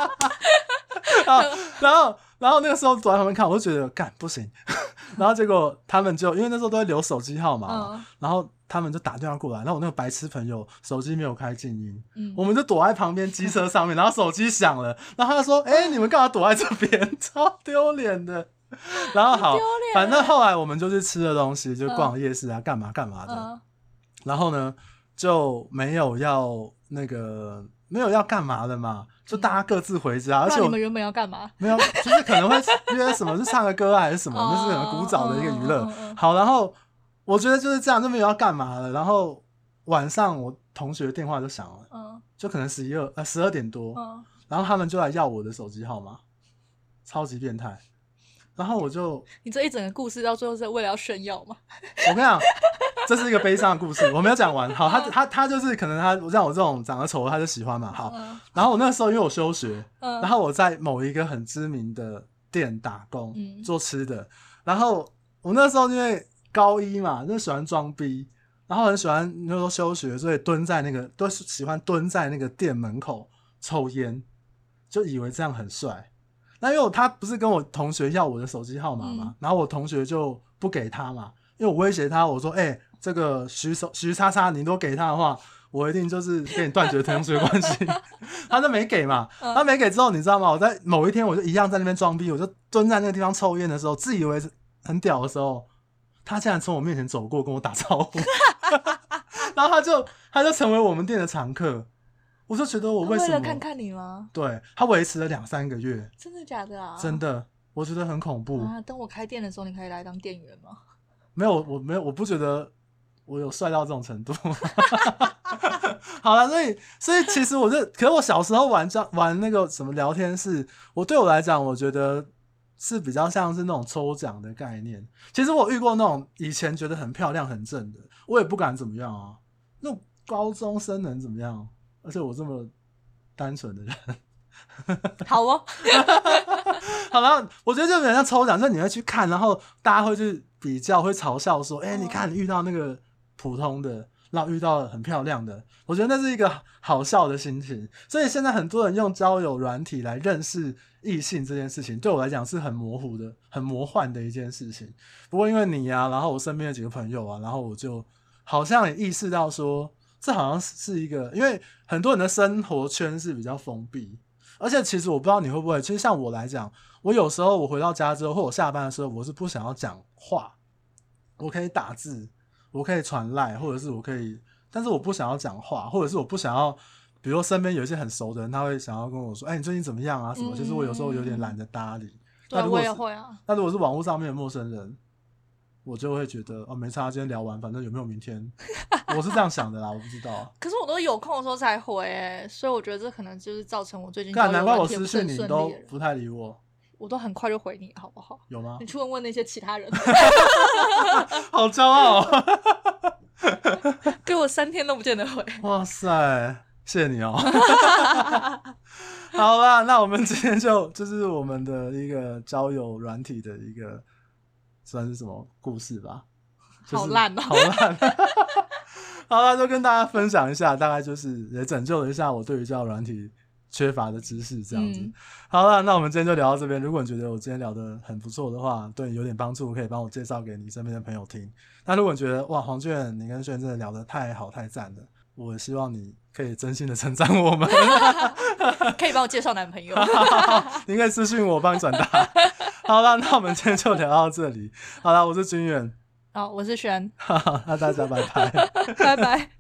Speaker 1: 啊，然后，然后那个时候躲在旁边看，我就觉得干不行。 然后结果他们就因为那时候都会留手机号码，
Speaker 2: 嗯
Speaker 1: 然后他们就打电话过来，然后我那个白痴朋友手机没有开静音，
Speaker 2: 嗯
Speaker 1: 我，们就躲在旁边机车 上面，然后手机响了，然后他就说：“哎、你们干嘛躲在这边？超丢脸的。”然后好
Speaker 2: 丢脸，啊
Speaker 1: 反正后来我们就去吃了东西，就逛夜市啊，干嘛干嘛的。
Speaker 2: 嗯
Speaker 1: 然后呢，就没有要那个没有要干嘛的嘛，就大家各自回家，而
Speaker 2: 不
Speaker 1: 且
Speaker 2: 然
Speaker 1: 我
Speaker 2: 你们原本要干嘛？
Speaker 1: 没有，就是可能会约什么是唱个歌啊还是什么，
Speaker 2: 哦
Speaker 1: 那是很古早的一个娱 乐
Speaker 2: 嗯嗯嗯嗯。
Speaker 1: 好，然后我觉得就是这样，就没有要干嘛了。然后晚上我同学电话就响了，
Speaker 2: 嗯
Speaker 1: 就可能十一二呃十二点多，
Speaker 2: 嗯，
Speaker 1: 然后他们就来要我的手机号码，超级变态。然后我就
Speaker 2: 你这一整个故事到最后是为了要炫耀嘛？
Speaker 1: 我跟你讲，这是一个悲伤的故事，我没有讲完。好，他他他就是可能他像我这种长得丑，他就喜欢嘛。好，
Speaker 2: 嗯
Speaker 1: 然后我那时候因为我休学，
Speaker 2: 嗯，
Speaker 1: 然后我在某一个很知名的店打工，
Speaker 2: 嗯
Speaker 1: 做吃的。然后我那时候因为高一嘛，就喜欢装逼，然后很喜欢那时候休学，所以蹲在那个都是喜欢蹲在那个店门口抽烟，就以为这样很帅。那因为他不是跟我同学要我的手机号码嘛，
Speaker 2: 嗯
Speaker 1: 然后我同学就不给他嘛，因为我威胁他，我说：“哎、这个徐手徐叉叉，你都给他的话，我一定就是跟你断绝同学关系。” 他就没给嘛，
Speaker 2: 嗯
Speaker 1: 他没给之后，你知道吗？我在某一天我就一样在那边装逼，我就蹲在那个地方抽烟的时候，自以为是很屌的时候，他竟然从我面前走过，跟我打招 呼，然后他就他就成为我们店的常客，我就觉得我
Speaker 2: 他
Speaker 1: 为什么？
Speaker 2: 了看看你吗？
Speaker 1: 对他维持了两三个月，
Speaker 2: 真的假的啊？
Speaker 1: 真的，我觉得很恐怖。
Speaker 2: 啊！等我开店的时候，你可以来当店员吗？
Speaker 1: 没有，我没有，我不觉得我有帅到这种程度。 好了，所以所以其实我是，可是我小时候玩这玩那个什么聊天室，我对我来讲，我觉得是比较像是那种抽奖的概念。其实我遇过那种以前觉得很漂亮很正的，我也不敢怎么样啊。那种高中生能怎么样？而且我这么单纯的人，
Speaker 2: 好 哦，
Speaker 1: 好了，我觉得这有点像抽奖，就是你会去看，然后大家会去比较，会嘲笑说：“哎、
Speaker 2: 哦
Speaker 1: 你看你遇到那个普通的，然后遇到很漂亮的。”我觉得那是一个好笑的心情。所以现在很多人用交友软体来认识异性这件事情，对我来讲是很模糊的、很魔幻的一件事情。不过因为你呀、然后我身边的几个朋友啊，然后我就好像也意识到说，这好像是一个，因为很多人的生活圈是比较封闭，而且其实我不知道你会不会，其实像我来讲，我有时候我回到家之后，或我下班的时候，我是不想要讲话，我可以打字，我可以传赖，或者是我可以，但是我不想要讲话，或者是我不想要。比如说身边有一些很熟的人，他会想要跟我说：“哎、你最近怎么样啊？”什么？其实我有时候有点
Speaker 2: 嗯
Speaker 1: 懒得搭理。
Speaker 2: 对
Speaker 1: 那
Speaker 2: 啊，
Speaker 1: 如果
Speaker 2: 我
Speaker 1: 是
Speaker 2: 也会啊。
Speaker 1: 那如果是网络上面的陌生人，我就会觉得哦，没差，今天聊完，反正有没有明 天，我是这样想的啦，我不知道。
Speaker 2: 可是我都有空的时候才回、欸，所以我觉得这可能就是造成我最近交
Speaker 1: 干，
Speaker 2: 友
Speaker 1: 难怪我
Speaker 2: 软件
Speaker 1: 私
Speaker 2: 不是
Speaker 1: 讯
Speaker 2: 很
Speaker 1: 你
Speaker 2: 顺
Speaker 1: 都
Speaker 2: 利的人
Speaker 1: 不太理我，
Speaker 2: 我都很快就回你，好 不好？
Speaker 1: 有吗
Speaker 2: 你？去问问那些其他人，
Speaker 1: 好骄傲哦，
Speaker 2: 给我三天都不见得回。
Speaker 1: 哇塞，谢谢你哦。 好啦，那我们今天就就是我们的一个交友软体的一个算是什么故事吧？就是
Speaker 2: 好烂哦
Speaker 1: 好烂。好了，就跟大家分享一下，大概就是也拯救了一下我对于交友软体缺乏的知识，这样子。
Speaker 2: 嗯
Speaker 1: 好了，那我们今天就聊到这边。如果你觉得我今天聊得很不错的话，对你有点帮助，可以帮我介绍给你身边的朋友听。那如果你觉得哇，黄卷你跟轩真的聊得太好太赞了，我希望你可以真心的称赞我们。
Speaker 2: 可以帮我介绍男朋友。
Speaker 1: 你可以私信我，我帮你转达。好了，那我们今天就聊到这里。好了，我是君远，
Speaker 2: 好，我是璇，
Speaker 1: 哈哈，那大家拜拜。
Speaker 2: 拜拜。